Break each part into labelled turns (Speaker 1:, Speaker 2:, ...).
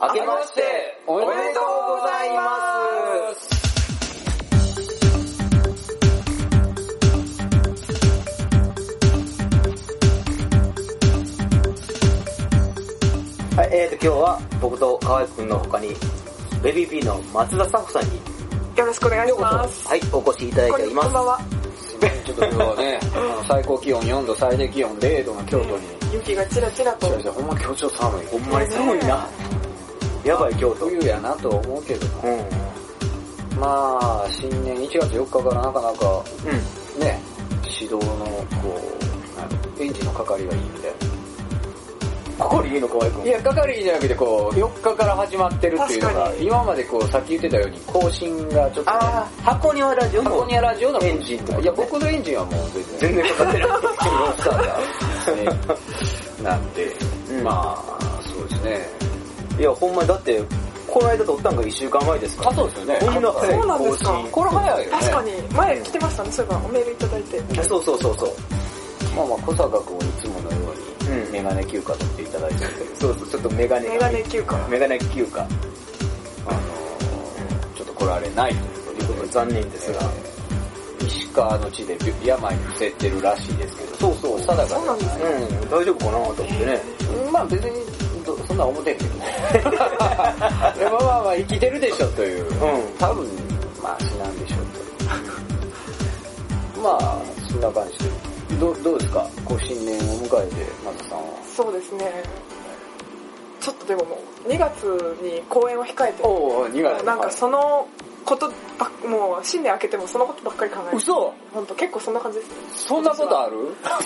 Speaker 1: 明けましておめでとうございますはい、えーと今日は僕と河合くんの他にベビービーの松田咲子さんに
Speaker 2: よろしくお願い
Speaker 1: よ
Speaker 2: し
Speaker 1: うこそ
Speaker 2: ます。
Speaker 1: はいお越しいただい
Speaker 2: こ
Speaker 1: てお
Speaker 2: ん
Speaker 1: ります
Speaker 2: こんばんは。
Speaker 3: ちょっと今日はね、あの最高気温4度、最低気温0度の京都に。
Speaker 2: 雪がちらちらと。
Speaker 3: 違う違う、ほんま今日ちょっと寒い。
Speaker 1: ほんまに寒いなやばい京都うん
Speaker 3: 冬やなとは思うけども。まあ、新年1月4日からなかなか
Speaker 1: うん
Speaker 3: ね、指導の、こう、なんかエンジンの係がいいみたい
Speaker 1: ここでいいの河合くん
Speaker 3: な。いや、係じゃなくて、こう、4日から始まってるっていうの
Speaker 2: 確
Speaker 3: が
Speaker 2: か、に
Speaker 3: 今までこう、さっき言ってたように、更新がちょっとね、
Speaker 1: あー箱庭ラジオの
Speaker 3: 箱庭ラジオの
Speaker 1: エンジンとかね
Speaker 3: いや、僕のエンジンはもう全然。
Speaker 1: 全然かかってない
Speaker 3: ロスターが、ね、 なんで、
Speaker 1: うん
Speaker 3: まあ、そうですね。
Speaker 1: いや、ほんまにだって、この間撮ったんが1週間前ですか
Speaker 3: あ、そうですよね。
Speaker 1: ら。こんな早い
Speaker 2: そうなん
Speaker 1: 更
Speaker 2: ですか
Speaker 1: 新。
Speaker 3: これ早いよね。
Speaker 2: 確かに、前来てましたね、そういえば、おメールいただいて。
Speaker 1: そうそうそうそう。
Speaker 3: まあまあ、小坂君いつものよう
Speaker 1: う
Speaker 3: に、
Speaker 1: ん
Speaker 3: メガネ休暇取っていただいてるけ
Speaker 1: そ
Speaker 3: ど、
Speaker 1: うそう、ちょっとメガネ。
Speaker 2: メガネ休暇。
Speaker 1: メガネ休暇。
Speaker 3: あのー、ちょっと来られないということで、
Speaker 1: 残念ですが。
Speaker 3: 石川の地で病に伏せてるらしいですけど、
Speaker 1: そうそう
Speaker 3: 定かで
Speaker 2: そうなんですね。
Speaker 1: うん、大丈夫かなと思ってね。
Speaker 3: まあ別に、どそんな思てんけどね。 でもまあまあ、生きてるでしょという。
Speaker 1: う
Speaker 3: 多分、まあ死なんでしょうと。 まあ、そんな感じで。どうどうですかこう新年を迎えて、松田さんは。
Speaker 2: そうですね。ちょっとでももう、2月に公演を控えてる
Speaker 3: おお、2月。
Speaker 2: なんかそのことばっ、もう、新年明けてもそのことばっかり考えてる。
Speaker 3: 嘘
Speaker 2: ほんと、結構そんな感じです。
Speaker 3: そんなことある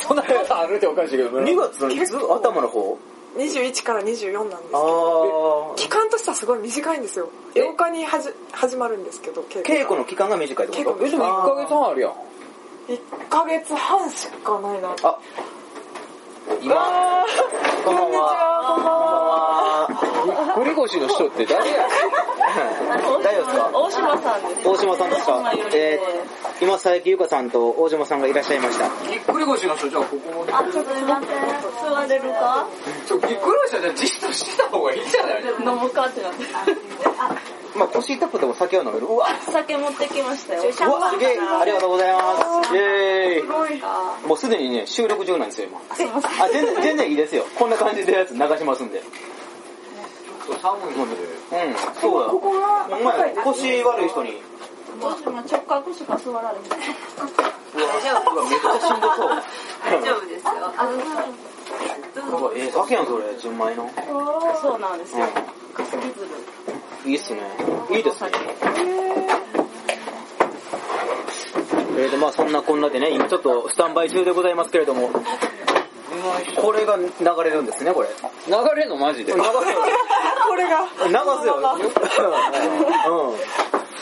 Speaker 3: そんなことあるっておかしいけど、
Speaker 1: ん。2月のいつ
Speaker 2: 結構
Speaker 1: 頭の方
Speaker 2: 21から24なんですけど。
Speaker 1: あ
Speaker 2: 期間としてはすごい短いんですよ。
Speaker 1: え
Speaker 2: 8日にはじ始まるんですけど、稽
Speaker 1: 稽古の期間が短いってこと
Speaker 2: 稽古
Speaker 3: え、でも1ヶ月半あるやん。
Speaker 2: 1ヶ月半しかないな。
Speaker 1: あ、今、こんばんは。こんばんは。
Speaker 3: 繰り越しの人って誰や
Speaker 1: 大丈夫ですか
Speaker 4: 大島さんですよ
Speaker 1: 大島さんですか
Speaker 4: 大島よろしく
Speaker 1: えー、今、佐伯優香さんと大島さんがいらっしゃいました。
Speaker 3: ぎっくり腰の人じゃあここ
Speaker 4: あ、ちょっとすいません。座れるか
Speaker 3: ちょぎっくり腰はじゃあじっとしてた方がいいんじゃない
Speaker 4: 飲むかってなって。
Speaker 1: まあ腰痛くても酒は飲める。うわ
Speaker 4: 酒持ってきましたよ。
Speaker 1: うわすげえありがとうございます。イェ
Speaker 2: すごい。
Speaker 4: あ
Speaker 1: ーイ。もうすでにね、収録中なんですよ、今。
Speaker 4: すいません。
Speaker 1: あ、全然、全然いいですよ。こんな感じでやつ流しますんで。うん、
Speaker 3: 寒いので。
Speaker 1: そうだ。
Speaker 2: ここが
Speaker 1: お
Speaker 2: 高い
Speaker 1: 前、
Speaker 2: です
Speaker 1: 腰悪い人に。
Speaker 4: どうしても直角しか座られない。
Speaker 1: うわ、うわめっちゃしんどそう。
Speaker 4: 大丈夫ですよ。あ
Speaker 1: うわ、ええ酒やん、それ、純米の。
Speaker 4: そうなんですよ。かすぎずる。
Speaker 1: いいっすね。いいですね。えーと、まあそんなこんなでね、今ちょっとスタンバイ中でございますけれども、これが流れるんですね、これ。
Speaker 3: 流れんのマジで。
Speaker 1: 流
Speaker 2: これが。
Speaker 1: す よ。うん。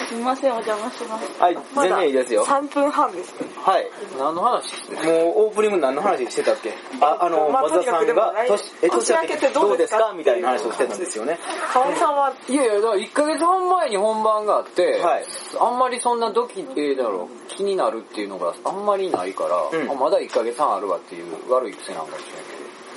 Speaker 4: すいません、お邪魔します。
Speaker 1: はい、
Speaker 2: ま
Speaker 1: 全
Speaker 2: だ
Speaker 1: 然いいですよ。
Speaker 2: 3分半ですね。
Speaker 1: はい。
Speaker 3: 何の話して
Speaker 1: もうオープニング何の話してたっけあ、あの、
Speaker 2: まあ
Speaker 1: 松田さんが
Speaker 2: とにかくでも来
Speaker 1: 年、え、年
Speaker 2: 年
Speaker 1: 明
Speaker 2: 明
Speaker 1: け
Speaker 2: け
Speaker 1: て
Speaker 2: て
Speaker 1: ど
Speaker 2: ど
Speaker 1: う
Speaker 2: う
Speaker 1: で
Speaker 2: ですす
Speaker 1: か
Speaker 2: か
Speaker 1: みたいな話をしてたんですよね。
Speaker 2: かおりさんは、
Speaker 3: いやいや、だから1ヶ月半前に本番があって、
Speaker 1: はい
Speaker 3: あんまりそんなドキ、えーだろう、気になるっていうのがあんまりないから、
Speaker 1: うん
Speaker 3: あまだ1ヶ月半あるわっていう悪い癖なんかもし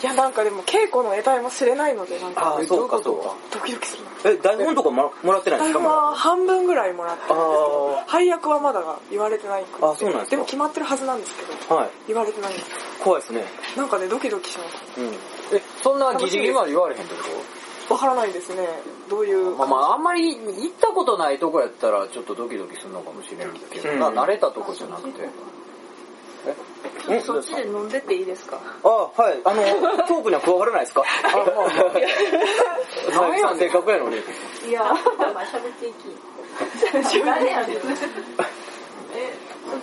Speaker 2: いやなんかでも稽古の得体も知れないので、なんか
Speaker 1: あ
Speaker 3: れんけど。え
Speaker 1: そうか
Speaker 3: どいこ
Speaker 2: ドキドキするな。
Speaker 1: え、台本とかももらってないんです
Speaker 2: 台
Speaker 1: かま
Speaker 2: 本
Speaker 1: だ
Speaker 2: は半分ぐらいもらってるんです
Speaker 1: あ
Speaker 2: けど、配役はまだが言われてないくて
Speaker 1: あそうなんですか
Speaker 2: でも決まってるはずなんですけど、
Speaker 1: はい。
Speaker 2: 言われてないんです。
Speaker 1: 怖いですね。
Speaker 2: なんかね、ドキドキします。
Speaker 1: うん。
Speaker 3: とえ、そんなギリギリまで言われへんってこ
Speaker 2: わからないですね。どういう
Speaker 3: とまあまあ、あんまり行ったことないとこやったらちょっとドキドキするのかもしれんけど、
Speaker 1: うん
Speaker 3: まあ慣れたとこじゃなくて。
Speaker 1: うん
Speaker 4: そっちで飲んでっていいですか
Speaker 1: あ、はい。あの、トークには加わらないですかあ、ま あ、
Speaker 3: なんやねん
Speaker 1: さん正確やのに。
Speaker 4: いや、まあ喋っていき。喋っていき。え、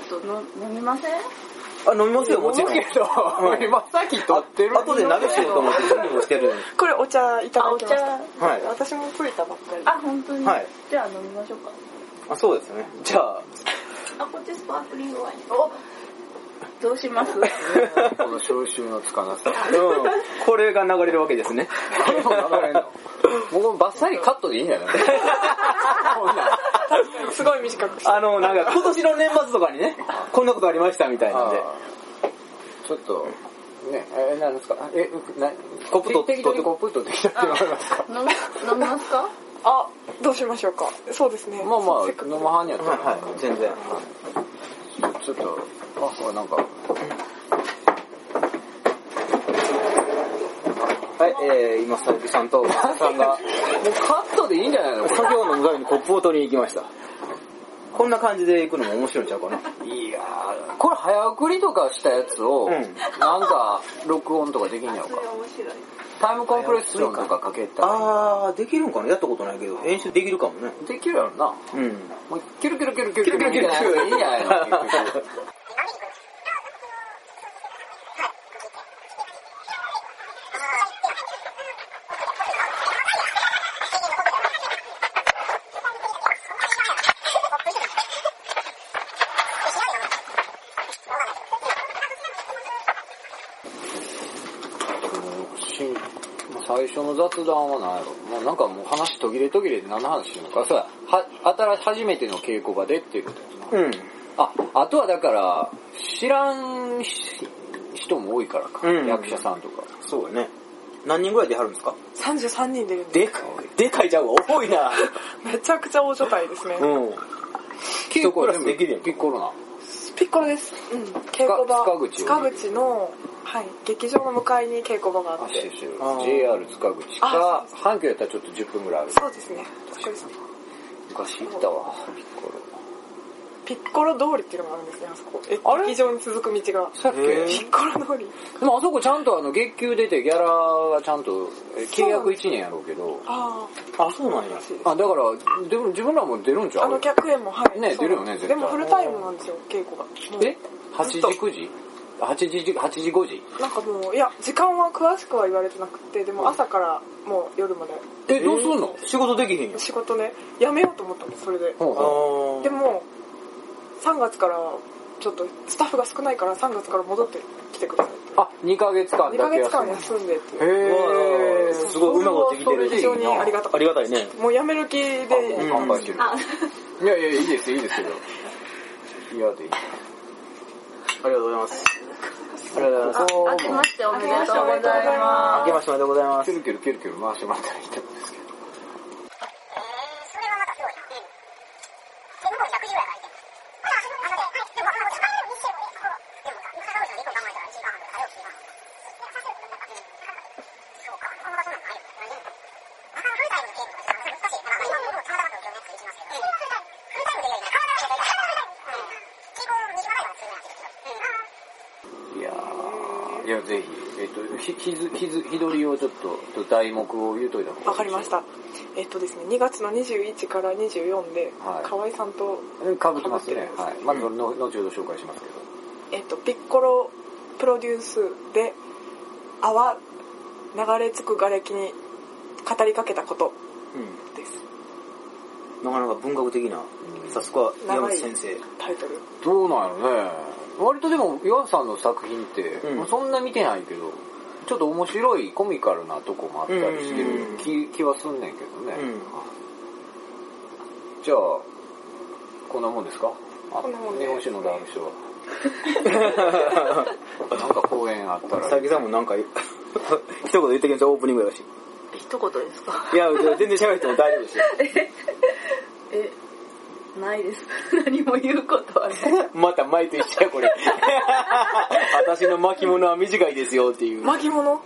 Speaker 4: ちょっとの飲みません
Speaker 1: あ、飲みますよ、もちろん。
Speaker 3: 思うけど、
Speaker 1: うん
Speaker 3: 今さっき撮ってる。
Speaker 1: 後で鍋しようと思って準備もしてるのに。
Speaker 2: これお茶いただきまし
Speaker 4: あ
Speaker 2: た。
Speaker 1: はい。
Speaker 2: 私もついたばっかり。
Speaker 4: あ、本当に、
Speaker 1: はい
Speaker 4: じゃあ飲みましょうか。
Speaker 1: あ、そうですね。じゃあ、
Speaker 4: あ、こっちスパークリングワイン。おどう します
Speaker 3: この消臭のつかなさ。
Speaker 1: うん。これが流れるわけですね。
Speaker 3: これも流れんの僕もバッサリカットでいいんじゃない こんなん
Speaker 2: すごい短くして。
Speaker 1: あの、なんか 今年の年末とかにね、こんなことありましたみたいなんで。
Speaker 3: ちょっと、ね、え、なんですかえ、な、
Speaker 1: コップと
Speaker 3: 適当にコップ取ってきたって言われますか
Speaker 4: 飲み、飲みますか
Speaker 2: あ、どうしましょうか。そうですね。
Speaker 3: まあま
Speaker 2: せっか
Speaker 3: あ、
Speaker 2: く
Speaker 3: 飲まはんにやったら、
Speaker 1: はいはい全然
Speaker 3: ちょちょっと、あ、ほらなんか、
Speaker 1: はい、えー、今、佐伯さんと松田さん が、
Speaker 3: もうカットでいいんじゃないのこ
Speaker 1: 作業のためにコップを取りに行きました。こんな感じで行くのも面白いんちゃうかな。
Speaker 3: れいやー、これ早送りとかしたやつを、
Speaker 1: うん
Speaker 3: なんか、録音とかできんやろ
Speaker 4: そ
Speaker 3: か
Speaker 4: れ。面白い。
Speaker 3: タイムコンプレッションとかかけたら、
Speaker 1: あー、できるんかなやったことないけど、演習できるかもね。
Speaker 3: できるやろな。
Speaker 1: うん。
Speaker 3: もう、キュルキュルキュルキュルキュルキュルみたいな、いいんじゃないの結局しん最初の雑談は何やろもうなんかもう話途切れ途切れで何の話してんのかそうやは新し初めての稽古場でっていうことやな
Speaker 1: うん。
Speaker 3: ああとはだから知らんし人も多いからか、
Speaker 1: うん
Speaker 3: 役者さんとか
Speaker 1: そうやね。何人ぐらいでやるんですか
Speaker 2: 33人でいるんで
Speaker 1: でか、でかいちゃうわ。重いな。
Speaker 2: めちゃくちゃ大所帯ですね。
Speaker 1: うん。
Speaker 3: 稽
Speaker 1: クラスできるやん
Speaker 3: ピッコロな
Speaker 2: ピッコロです。うん。稽古場。
Speaker 3: 塚口
Speaker 2: 塚口の、はい、劇場の向かいに稽古場があ
Speaker 3: あ
Speaker 2: っ
Speaker 3: して
Speaker 2: て。
Speaker 3: してる
Speaker 1: あー
Speaker 3: JR 塚口
Speaker 2: あ
Speaker 3: か阪急やったらちょっと10分ぐらいある
Speaker 2: そうですね。そこですね
Speaker 3: 昔行ったわピッコロ
Speaker 2: ピッコロ通りっていうのがあるんですね、あそこ。え
Speaker 3: あれ
Speaker 2: 劇場に続く道が。
Speaker 3: さっき
Speaker 1: へー
Speaker 2: ピッコロ通り。
Speaker 3: でもあそこちゃんとあの月給出てギャラがちゃんとえ契約1年やろうけど
Speaker 2: あ
Speaker 1: あ、そうなんや。
Speaker 3: あだからでも自分らも出るんち
Speaker 2: あ。
Speaker 3: ゃ
Speaker 2: あの
Speaker 3: う
Speaker 2: 客演も、はい。
Speaker 3: ね
Speaker 2: そう
Speaker 3: 出るよね絶対
Speaker 2: でもフルタイムなんですよ、稽古が。もう
Speaker 3: え8時9時8時8時5時
Speaker 2: なんかもう、いや、時間は詳しくは言われてなくて、でも朝からもう夜まで
Speaker 3: えどうすんの、
Speaker 1: 仕事できへんよ。
Speaker 2: 仕事ね、やめようと思ったんです、それで。
Speaker 3: ほう
Speaker 1: あ
Speaker 3: ほ
Speaker 1: ー。
Speaker 2: でも、3月から、ちょっとスタッフが少ないから3月から戻ってきてくださいって。
Speaker 3: うあ2ヶ月間
Speaker 2: 2
Speaker 3: だ
Speaker 2: ヶ
Speaker 3: け
Speaker 2: 月
Speaker 3: 休
Speaker 2: 間
Speaker 3: む
Speaker 2: 休んでって。
Speaker 3: へ
Speaker 1: わあ
Speaker 3: ー
Speaker 1: すごい、うまくできてる。
Speaker 2: 非常にありがたか
Speaker 1: あ
Speaker 2: っ
Speaker 1: りがたいね。
Speaker 2: た。もうやめる気で、
Speaker 3: あもう乾杯してる
Speaker 4: あ、
Speaker 3: いやいやいいですいいですけどいやでいい
Speaker 1: ありがとうございます。ありがとうございます。
Speaker 3: こ
Speaker 4: あけましておめでとうございま
Speaker 1: 明けましておめでとうございま
Speaker 3: キ
Speaker 1: す
Speaker 3: ュ。ルキュルキュルキュル回してもらったらいいと思うんですけどいやーいやぜひえっとひひずひず日取りをちょっと題目を言うといた方がいい
Speaker 2: わかりました。えっとですね、2月の21から24で
Speaker 3: はい、
Speaker 2: 河合さんと、
Speaker 3: かぶってますね
Speaker 2: かぶ
Speaker 3: は
Speaker 2: っ
Speaker 3: いまず、の後ほど紹介しますけど
Speaker 2: えっと、ピッコロプロデュースで、泡、流れ着く瓦礫に語りかけたこと
Speaker 1: うん
Speaker 2: です。
Speaker 1: なかなか文学的な、さすが岩本先生。
Speaker 2: タイトル。
Speaker 3: どうなんやろね割とでも岩尾さんの作品って、
Speaker 1: ん
Speaker 3: もうそんな見てないけどちょっと面白いコミカルなとこもあったりして
Speaker 1: うん
Speaker 3: る気,、気はすんねんけどね、
Speaker 1: うん
Speaker 3: じゃあこんなもんですかあ
Speaker 2: こんなもんで
Speaker 3: 日本酒のダウンはなんか公演あったら
Speaker 1: 佐伯さんもなんか、 一言言ってきました、オープニングやし。
Speaker 4: 一言ですか
Speaker 1: いや、全然喋っても大丈夫ですよ。
Speaker 4: え、ないです。 何も言うことはない。
Speaker 1: また前と一緒や、これ。私の巻物は短いですよっていう。うん。
Speaker 2: 巻物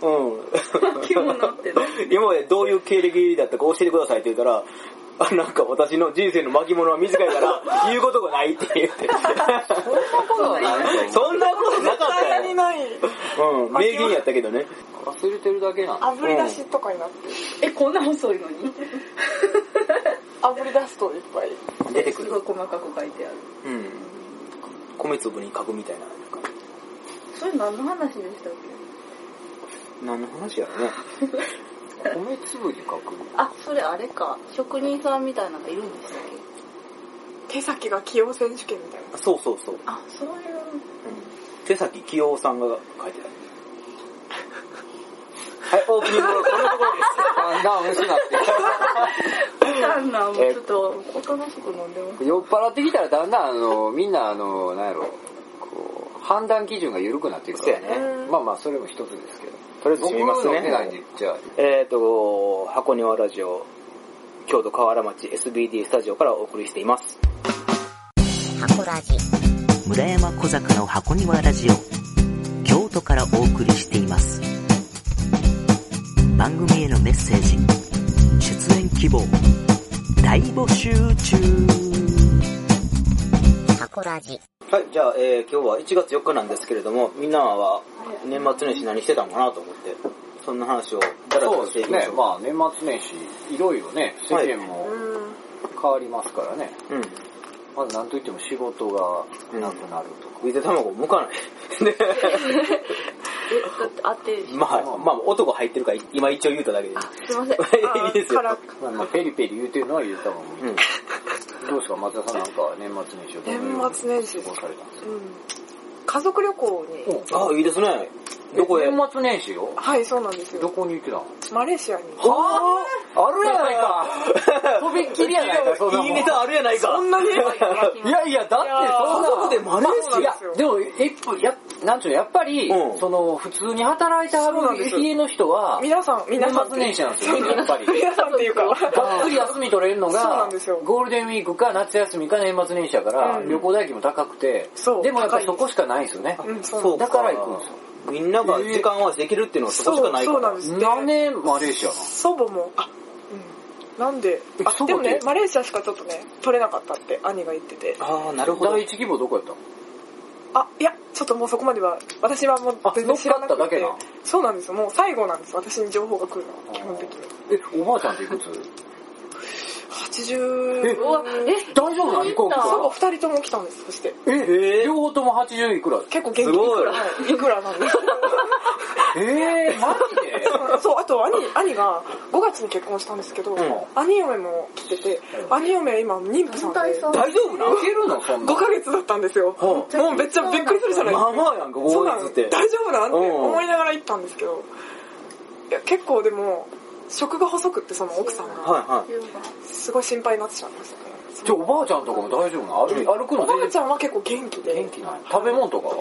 Speaker 4: 着物ってね。
Speaker 1: 今までどういう経歴だったか教えてくださいって言ったら、あなんか私の人生の巻物は短いから、言うことがないって言って。
Speaker 4: そうなんです
Speaker 1: そんなこと なかっ
Speaker 2: 絶
Speaker 1: た
Speaker 2: 対に
Speaker 1: よ。
Speaker 2: ない。
Speaker 1: うん、名言やったけどね。
Speaker 3: 忘れてるだけなの
Speaker 2: 炙り出しとかになってる。
Speaker 4: え、こんな細い のに
Speaker 2: 炙り出すといっぱい。
Speaker 1: 出てく
Speaker 4: す
Speaker 1: る
Speaker 4: ごい。細かく書いてある。
Speaker 1: うん。米粒に書くみたいな。
Speaker 4: それ何の話でしたっけ
Speaker 1: 何の話やろね。
Speaker 3: 米粒に書く
Speaker 4: あ、それあれか。職人さんみたいなのがいるんでしたっけ
Speaker 2: 手先が器用選手権みたいな。
Speaker 1: そうそうそう。
Speaker 4: あ、そういう。
Speaker 1: 手先器用さんが書いてある。はい、オープニングはこのところです。
Speaker 3: あダウンしなって
Speaker 4: だんだんもうちょっと、おとなしく飲んでます。
Speaker 3: 酔っ払ってきたらだんだんあのみんなあのなんやろこ判断基準が緩くなっていくから
Speaker 1: そうや
Speaker 2: ね
Speaker 3: まあまあそれも一つですけど
Speaker 1: とりあえず
Speaker 3: 僕
Speaker 1: 締めます
Speaker 3: の
Speaker 1: ね
Speaker 3: 願いでじゃあ
Speaker 1: えっ、ー、と、箱庭ラジオ、京都河原町 SBD スタジオからお送りしています。
Speaker 5: 箱ラジ
Speaker 6: 村山小坂の箱庭ラジオ京都からお送りしています番組へのメッセージ出演希望大募集中
Speaker 5: 箱ラジ
Speaker 1: はい、じゃあ、えー、今日は1月4日なんですけれども、みんなは年末年始何してたのかなと思って、そんな話をだらだ
Speaker 3: そ
Speaker 1: ら
Speaker 3: う
Speaker 1: して
Speaker 3: で
Speaker 1: い
Speaker 3: す
Speaker 1: きま
Speaker 3: ね
Speaker 1: しょう。
Speaker 3: まあ年末年始いろいろね世
Speaker 1: はい
Speaker 3: 間も
Speaker 2: うん
Speaker 3: 変わりますからね、
Speaker 1: うん。
Speaker 3: まず何といっても仕事がなくなるとか、
Speaker 1: ゆで卵向かない。
Speaker 4: だってあって
Speaker 1: まあ、まあ、男入ってるから、今一応言うただけで。
Speaker 4: すい ません
Speaker 1: いいですよ。
Speaker 2: あ
Speaker 3: まあまあペリペリ言うてるのは言うたもん、
Speaker 1: うん。
Speaker 3: どうですか松田さんなんかは年末年始をどのように
Speaker 2: 年末年始
Speaker 3: 過ごされたんですか
Speaker 2: うん家族旅行に
Speaker 1: ああ、いいですね。どこへ
Speaker 3: 年末年始よ
Speaker 2: はいそうなんです
Speaker 3: ど
Speaker 2: よ
Speaker 3: こに行ってたの
Speaker 2: マレーシアに
Speaker 3: はああるやない かとびっきりやないかそんなもん
Speaker 1: いいネタあるやないか。そんなに
Speaker 3: いやいや、だってそん
Speaker 1: 家
Speaker 3: な
Speaker 1: 族でマレーシ
Speaker 3: いや
Speaker 1: ア。、
Speaker 3: でも、一歩、や、なんちゅうの、やっぱり、
Speaker 1: うん
Speaker 3: その、普通に働いては
Speaker 2: そうなんで
Speaker 3: る
Speaker 2: す
Speaker 3: 家の人は、
Speaker 2: 皆さん皆
Speaker 3: 年
Speaker 2: さんって
Speaker 3: 末年始なんですよ、やっぱり。
Speaker 2: 皆さんっていうか
Speaker 3: がっつり休み取れるの
Speaker 2: そうな
Speaker 3: が
Speaker 2: んですよ、
Speaker 3: ゴールデンウィークか夏休みか年末年始やから、
Speaker 2: うん
Speaker 3: 旅行代金も高くて
Speaker 2: そ、う
Speaker 3: でもやっぱ そこしかないんですよね。
Speaker 2: うんそう
Speaker 1: そう
Speaker 3: だから行くんですよ。
Speaker 1: みんなが時間はできるっていうのはそこしかないか
Speaker 2: そうな
Speaker 1: ら
Speaker 2: んで。す
Speaker 3: 何年マレーシアなの
Speaker 2: 祖母もあうんなんで
Speaker 3: え
Speaker 2: あ
Speaker 3: 祖母
Speaker 2: でも
Speaker 3: っ
Speaker 2: ね
Speaker 3: て
Speaker 2: マレーシアしかちょっとね取れなかったって兄が言ってて
Speaker 1: ああ、なるほど
Speaker 3: 第。一希望どこやったの
Speaker 2: あいやちょっともうそこまでは私はもう
Speaker 3: あ
Speaker 2: 全然知らな
Speaker 3: 乗っか
Speaker 2: く
Speaker 3: っただけ
Speaker 2: て
Speaker 3: な
Speaker 2: そうなんですよもう最後なんです私に情報が来るのは基本的に
Speaker 3: え、おばあちゃんっていくつえ
Speaker 2: 80
Speaker 4: うわえ
Speaker 3: 大丈夫なの飛行機と
Speaker 2: 祖母
Speaker 3: か。
Speaker 2: 2人とも来たんですそして
Speaker 3: え、両方とも80いくら
Speaker 2: 結構元気
Speaker 1: すごい
Speaker 2: はいいくらなんです
Speaker 3: えー、マジで
Speaker 2: そうあと兄兄が5月に結婚したんですけど、
Speaker 1: ん
Speaker 2: 兄嫁も来てて、
Speaker 3: うん
Speaker 2: 兄嫁今妊婦さんで
Speaker 4: 大さ ん
Speaker 1: 大丈夫なん
Speaker 3: いけるのそんな
Speaker 2: 5ヶ月だったんですよ、
Speaker 1: う
Speaker 2: もうめっちゃびっくりするじゃないで
Speaker 1: ま
Speaker 2: すか
Speaker 1: あまあやんか、
Speaker 2: そ
Speaker 1: ゴ
Speaker 2: うな
Speaker 1: ー
Speaker 2: の
Speaker 1: イっ
Speaker 2: 大
Speaker 1: て。
Speaker 2: 丈夫なんって
Speaker 1: うん
Speaker 2: 思いながら行ったんですけど、いや結構でも、食が細くってその奥さんが、
Speaker 1: はいはい。
Speaker 2: すごい心配になってしまいましたね。
Speaker 3: じゃあおばあちゃんとかも大丈夫なの歩,、
Speaker 1: うん
Speaker 3: 歩くの
Speaker 2: おばあ
Speaker 3: 全
Speaker 2: ちゃ
Speaker 3: 然
Speaker 2: んは結構元気で、
Speaker 3: 元気ない食べ物とかは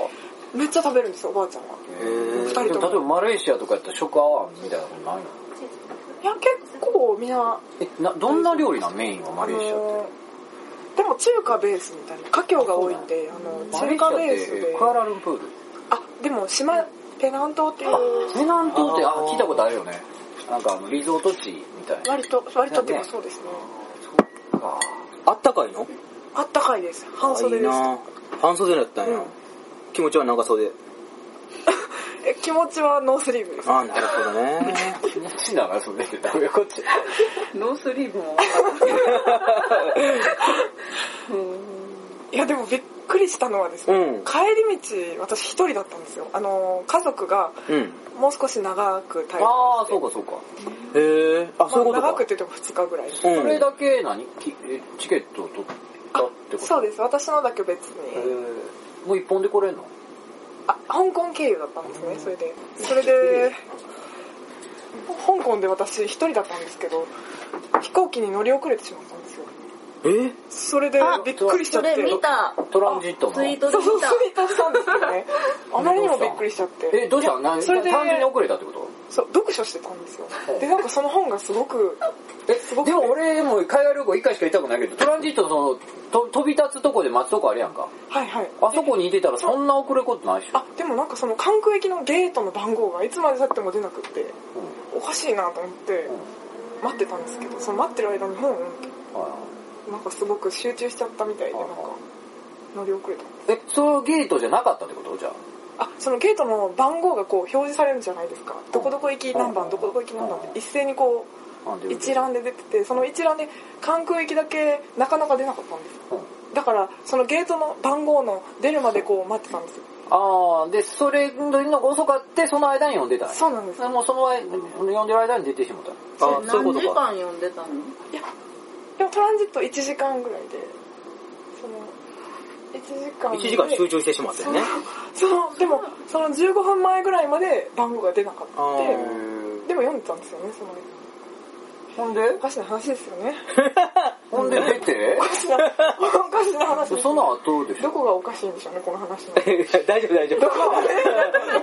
Speaker 2: めっちゃ食べるんですよ、おばあちゃんは。
Speaker 1: ー
Speaker 2: 二人
Speaker 3: でも例え
Speaker 2: とも。
Speaker 3: ばマレーシアとかやったら食アワーみたいなのないの
Speaker 2: いや、結構みんな、
Speaker 3: えなどんな料理なんメインはマレーシアって
Speaker 2: のでも中華ベースみたいな、家境が多いんで、あの、
Speaker 3: マレ
Speaker 2: 中華
Speaker 3: ーシアっ
Speaker 2: ベース
Speaker 3: て
Speaker 2: で、
Speaker 3: クアラルンプール
Speaker 2: あ、でも島、ペナン島っていう、
Speaker 3: ペナン島ってあ
Speaker 1: あー
Speaker 3: 聞いたことあるよねなんかあのリゾート地みたいな
Speaker 2: 割と、割とっていうかそうですね。
Speaker 3: あ
Speaker 1: あったかいの
Speaker 2: あったかいです。半袖
Speaker 1: あいい
Speaker 2: です。
Speaker 1: な半袖だったん
Speaker 2: う
Speaker 1: や
Speaker 2: ん。
Speaker 1: 気持ちは長袖。
Speaker 2: え気持ちはノースリーブです。
Speaker 1: ああ、なるほどね。
Speaker 3: ー気 持ちいいながらそれってどういうこっちゃ
Speaker 4: ノースリーブも
Speaker 2: いやでもびっくりしたのはです
Speaker 1: う
Speaker 2: ね、
Speaker 1: ん。
Speaker 2: 帰り道私一人だったんですよあの家族が
Speaker 1: うん。
Speaker 2: もう少し長く滞在
Speaker 3: ああそうかそうか、
Speaker 1: へえ。あ、そういうこ
Speaker 2: ま
Speaker 1: と
Speaker 2: あ長
Speaker 1: か
Speaker 2: くっ。て言っても2日ぐらい
Speaker 1: うん
Speaker 3: それだけ何きえチケットを取ったってこと
Speaker 2: そうです私のだけ別
Speaker 3: え
Speaker 2: に
Speaker 3: ーもう一本で来れんの
Speaker 2: あ香港経由だったんですねそれでそれで香港で私一人だったんですけど飛行機に乗り遅れてしまったんですよ
Speaker 1: え
Speaker 2: それでびっくりしちゃ
Speaker 4: そ
Speaker 2: って
Speaker 4: れ見た
Speaker 3: トランジットの
Speaker 4: ツイートで
Speaker 2: そう
Speaker 4: 見
Speaker 2: そう
Speaker 4: た
Speaker 2: ツイートしたんですよ ねあまりにもびっくりしちゃって
Speaker 3: え、どうしたん単
Speaker 2: それで
Speaker 3: 純に遅れたってこと
Speaker 2: そう読書してたんですよでなんかその本がすごく
Speaker 3: え、
Speaker 2: すごく
Speaker 3: でも俺でも海外旅行一回しか行ったことないけど、トランジットのその、と飛び立つとこで待つとこあるやんか。
Speaker 2: はいはい
Speaker 3: あそこにいてたらそんな遅れることないっしょ。
Speaker 2: あでもなんかその関空駅のゲートの番号がいつまでたっても出なくって
Speaker 3: うん
Speaker 2: おかしいなと思って待ってたんですけどその待ってる間に本を読んで
Speaker 3: あ
Speaker 2: なんかすごく集中しちゃったみたいでなんか乗り遅れた
Speaker 3: ーえ、そのゲートじゃなかったってことじゃあ。
Speaker 2: あそのゲートの番号がこう表示されるじゃないですかどこどこ行き何番どこどこ行き何番って一斉にこ
Speaker 3: なんで
Speaker 2: う一覧で出ててその一覧で関空駅だけなかなか出なかったんです
Speaker 3: うん
Speaker 2: だからそのゲートの番号の出るまでこう待ってたんですよ
Speaker 3: あー、で、それの遅かって、その間に読んでたんや
Speaker 2: そうなんです
Speaker 3: それもうその間、読んでる間に出てしまった。
Speaker 1: あーそういう
Speaker 4: 何
Speaker 1: こ
Speaker 4: 時
Speaker 1: とか。
Speaker 4: 間読んでたの
Speaker 2: でもトランジット1時間ぐらいで、その、1時間で。
Speaker 1: 1時間集中してしまってね。
Speaker 2: その、でも、その15分前ぐらいまで番号が出なかった
Speaker 1: あ
Speaker 2: んで、
Speaker 1: ー
Speaker 2: でも読んでたんですよね、その。
Speaker 3: ほんで
Speaker 2: おかしな話ですよね。
Speaker 3: ほんで出 て
Speaker 2: おかしな、おかしな話です
Speaker 3: その後でし
Speaker 2: ど
Speaker 3: ょ
Speaker 2: こがおかしいんでしょうね、この話の。
Speaker 1: 大丈夫大丈夫。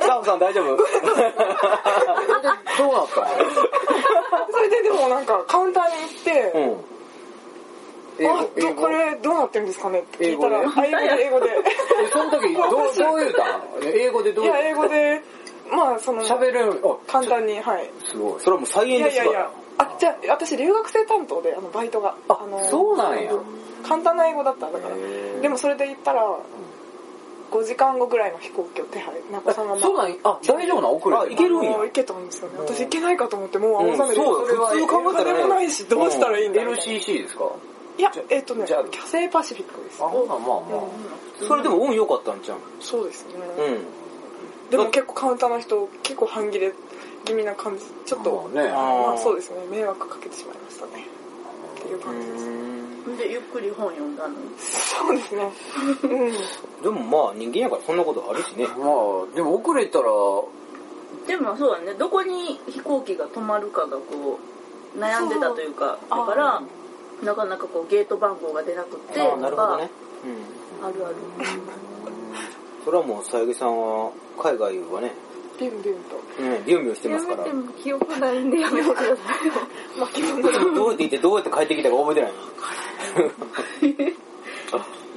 Speaker 1: サムさん大丈夫
Speaker 3: どうなったの
Speaker 2: それででもなんか、カウンターに行っ
Speaker 1: う
Speaker 2: て、
Speaker 1: ん。
Speaker 3: 英
Speaker 2: あ
Speaker 3: 語
Speaker 2: ど
Speaker 3: 英語
Speaker 2: これどうなってるんですかねって聞いたら、
Speaker 3: 英
Speaker 2: あ英語で、
Speaker 3: えその 時どうどう言うたの英語で
Speaker 2: 英語で。
Speaker 3: ど
Speaker 2: いうや、英語で、まあ、その、
Speaker 3: 喋れるあ
Speaker 2: 簡単に、はい。
Speaker 3: すごい
Speaker 1: それはもう再
Speaker 2: い
Speaker 1: 演
Speaker 2: や
Speaker 1: で
Speaker 2: い
Speaker 1: すか
Speaker 2: やいや
Speaker 1: ら。、
Speaker 2: あ、じゃあ、私、留学生担当で、あの、バイトが。
Speaker 3: あ
Speaker 2: の
Speaker 3: そうなんや
Speaker 2: 簡単な英語だった、だから
Speaker 3: へ。ー
Speaker 2: でも、それで行ったら、5時間後ぐらいの飛行機を手配、中さんがまあ。
Speaker 3: そうなんやあ大丈夫な遅れ
Speaker 1: あいけるんや
Speaker 2: もう行けたんですよね。私行けないかと思って、もう青ざめて、
Speaker 1: うんそう普通考えたらね
Speaker 2: お金もないし、どうしたらいいんだろう。
Speaker 3: LCC ですか
Speaker 2: いや、えっとね、キ
Speaker 3: じゃあ
Speaker 2: ャセイパシフィックです
Speaker 3: あ。ほなまあま
Speaker 1: それでも運良かったんじゃん。
Speaker 2: そうですね。
Speaker 1: うん。
Speaker 2: でも結構カウンターの人、結構半切れ気味な感じ。ちょっ
Speaker 3: あ
Speaker 2: と、
Speaker 3: まあね
Speaker 2: まあそうですね、迷惑かけてしまいましたね。っていう感じです。
Speaker 4: で、ゆっくり本読んだの。
Speaker 2: そうですね。うん。
Speaker 1: でもまあ人間やからそんなことあるしね。
Speaker 3: まあでも遅れたら
Speaker 4: でもそうだね、どこに飛行機が止まるかがこう、悩んでたというか、だ
Speaker 2: そう
Speaker 4: から、なかなかこうゲート番号が出なくて、
Speaker 1: ああ、なるほどね。うん。
Speaker 4: とかあるある。
Speaker 1: それはもう、さゆりさんは、海外はね、
Speaker 2: ビュンビュンと。
Speaker 1: うん、ビュンビュンしてますから。
Speaker 4: や
Speaker 1: ど
Speaker 4: めても記憶ないんでやめてく ださい。
Speaker 2: 巻物の
Speaker 1: うやって行って、どうやって帰ってきたか覚えてないの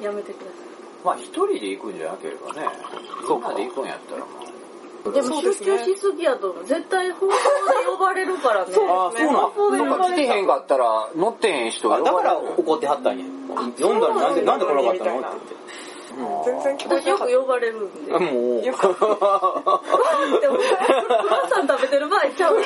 Speaker 4: やめてくだ
Speaker 3: まあ一人で行くんじゃなければねみんなで行くんやったらまあ
Speaker 4: さい。でも
Speaker 2: そうで
Speaker 4: 集
Speaker 2: すね
Speaker 4: 中しすぎやと思う。絶対放送で呼ばれるからね。
Speaker 1: ああ、そうな
Speaker 4: 放送で
Speaker 1: ん
Speaker 4: 呼
Speaker 3: なん
Speaker 4: ば
Speaker 3: か来て
Speaker 4: れる
Speaker 3: へんかったら乗ってへん人
Speaker 1: あ
Speaker 3: が
Speaker 1: だから怒ってはったんや。読んだらなんで、なんで来なかったのって
Speaker 2: 全然聞こえて
Speaker 4: 私
Speaker 2: な
Speaker 4: よ
Speaker 2: か
Speaker 4: く
Speaker 2: っ
Speaker 4: 呼ばれるんで。
Speaker 1: 言って。もう。
Speaker 2: よか
Speaker 4: でも、クロワッサン食べてる場合ちゃうよ。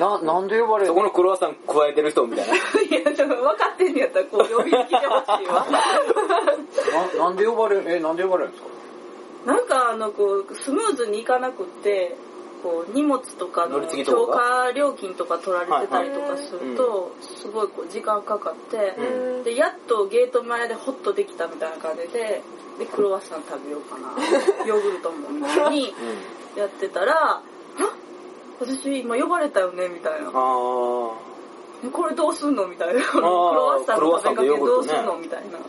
Speaker 3: ななんで呼ばれ
Speaker 1: そ
Speaker 3: る
Speaker 1: このクロワッサン加えてる人みたいな。
Speaker 4: いや、でも分かってんのやったら、こう、呼びに来てほし いわ。
Speaker 3: ななんで呼ばれるえなんで呼ばれるんですか
Speaker 4: なんか、あの、こう、スムーズにいかなくって、こう、荷物とか
Speaker 1: 乗
Speaker 4: の
Speaker 1: り継ぎと
Speaker 4: 超
Speaker 1: か
Speaker 4: 過料金とか取られてたりとかする
Speaker 1: はい
Speaker 4: と、すごいこう、時間かかって、
Speaker 2: た。うん
Speaker 4: で、やっとゲート前でホッとできたみたいな感じで、で、クロワッサン食べようかな、 ヨーグルトもみたいに
Speaker 1: うん。
Speaker 4: やってたら、あ私今呼ばれたよねみたいな。
Speaker 1: あ
Speaker 4: これどうすんのみたいな。ク
Speaker 1: ー
Speaker 4: ロワッサンの食べかけ
Speaker 1: クロ
Speaker 4: ど
Speaker 1: ワッ
Speaker 4: う
Speaker 1: サンとヨーグルトね
Speaker 4: すんのみたいな。
Speaker 1: あ。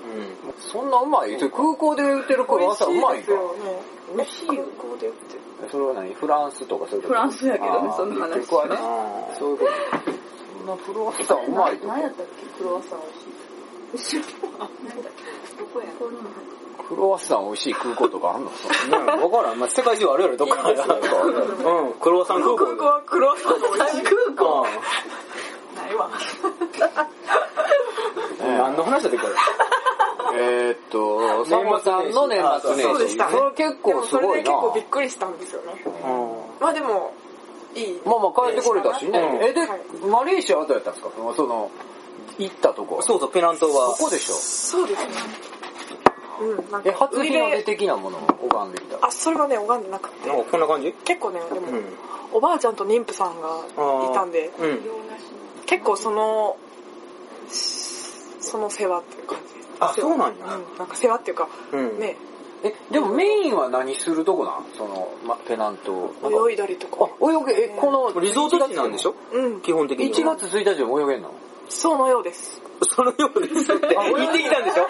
Speaker 1: うん。
Speaker 3: そんなうまい空港で売ってる
Speaker 2: 美味
Speaker 3: 頃朝うま
Speaker 2: しいで
Speaker 3: いか
Speaker 2: すよね。
Speaker 4: 美味しいよ。
Speaker 2: こうでって。
Speaker 3: それは何フランスとかそういうこと
Speaker 4: フランスやけどね
Speaker 3: あー
Speaker 4: その話
Speaker 3: 僕はね
Speaker 1: あー
Speaker 3: そういうことそんなクロワッサンうまいと
Speaker 4: 何やったっけクロワッサン美味しい。あ、なんだっけどこやここにも入って
Speaker 3: クロワッサン美味しい空港とかあんの
Speaker 1: ねわからん。まあ、世界中あるやろ、どっか。うん。クロワッサン空港。
Speaker 2: 空港はクロワッサンの美味しい
Speaker 4: 空港
Speaker 1: うん
Speaker 4: な いわ。
Speaker 1: 何の話だってこれ。
Speaker 3: えーっと、さんまさんの年末
Speaker 1: そ
Speaker 3: 年
Speaker 2: そうで
Speaker 3: 始。
Speaker 2: したね。
Speaker 3: それ結
Speaker 2: で
Speaker 3: 構
Speaker 2: も
Speaker 3: す
Speaker 2: それ
Speaker 3: ご
Speaker 2: で
Speaker 3: い
Speaker 2: 結
Speaker 3: な。
Speaker 2: 構びっくりしたんですよね。まあでも、いい。
Speaker 3: まあまあ帰ってこれたしね。
Speaker 1: うん
Speaker 3: え、で
Speaker 2: はい、
Speaker 3: マレーシアはどうやったんですかそのその、行ったとこ。
Speaker 1: そうそう、ペナントは
Speaker 3: こ。こでしょ。
Speaker 2: そうですね。うん、なんか
Speaker 3: え、初日の
Speaker 2: 海
Speaker 3: 出
Speaker 2: で
Speaker 3: 的なものを拝んできた。
Speaker 2: あ、それがね、拝んでなくて。
Speaker 1: なんかこんな感じ
Speaker 2: 結構ね、でも、
Speaker 1: うん。
Speaker 2: おばあちゃんと妊婦さんがいたんで、
Speaker 1: うん。
Speaker 2: 結構その、しその世話っていう感じ。
Speaker 1: あ、そうなん
Speaker 2: う
Speaker 1: や。
Speaker 2: ん、なんか世話っていうか、
Speaker 1: うん。
Speaker 2: ね、
Speaker 3: え、でもメインは何するとこなんその、まペナント。
Speaker 2: 泳いだりとか。
Speaker 3: あ、泳げ、え、この、
Speaker 1: リゾート地なんでしょ
Speaker 2: うん、
Speaker 1: 基本的に。
Speaker 3: 1。月1日でも泳げんの
Speaker 2: そうのようです。
Speaker 1: そのようですって。行ってきたんでしょ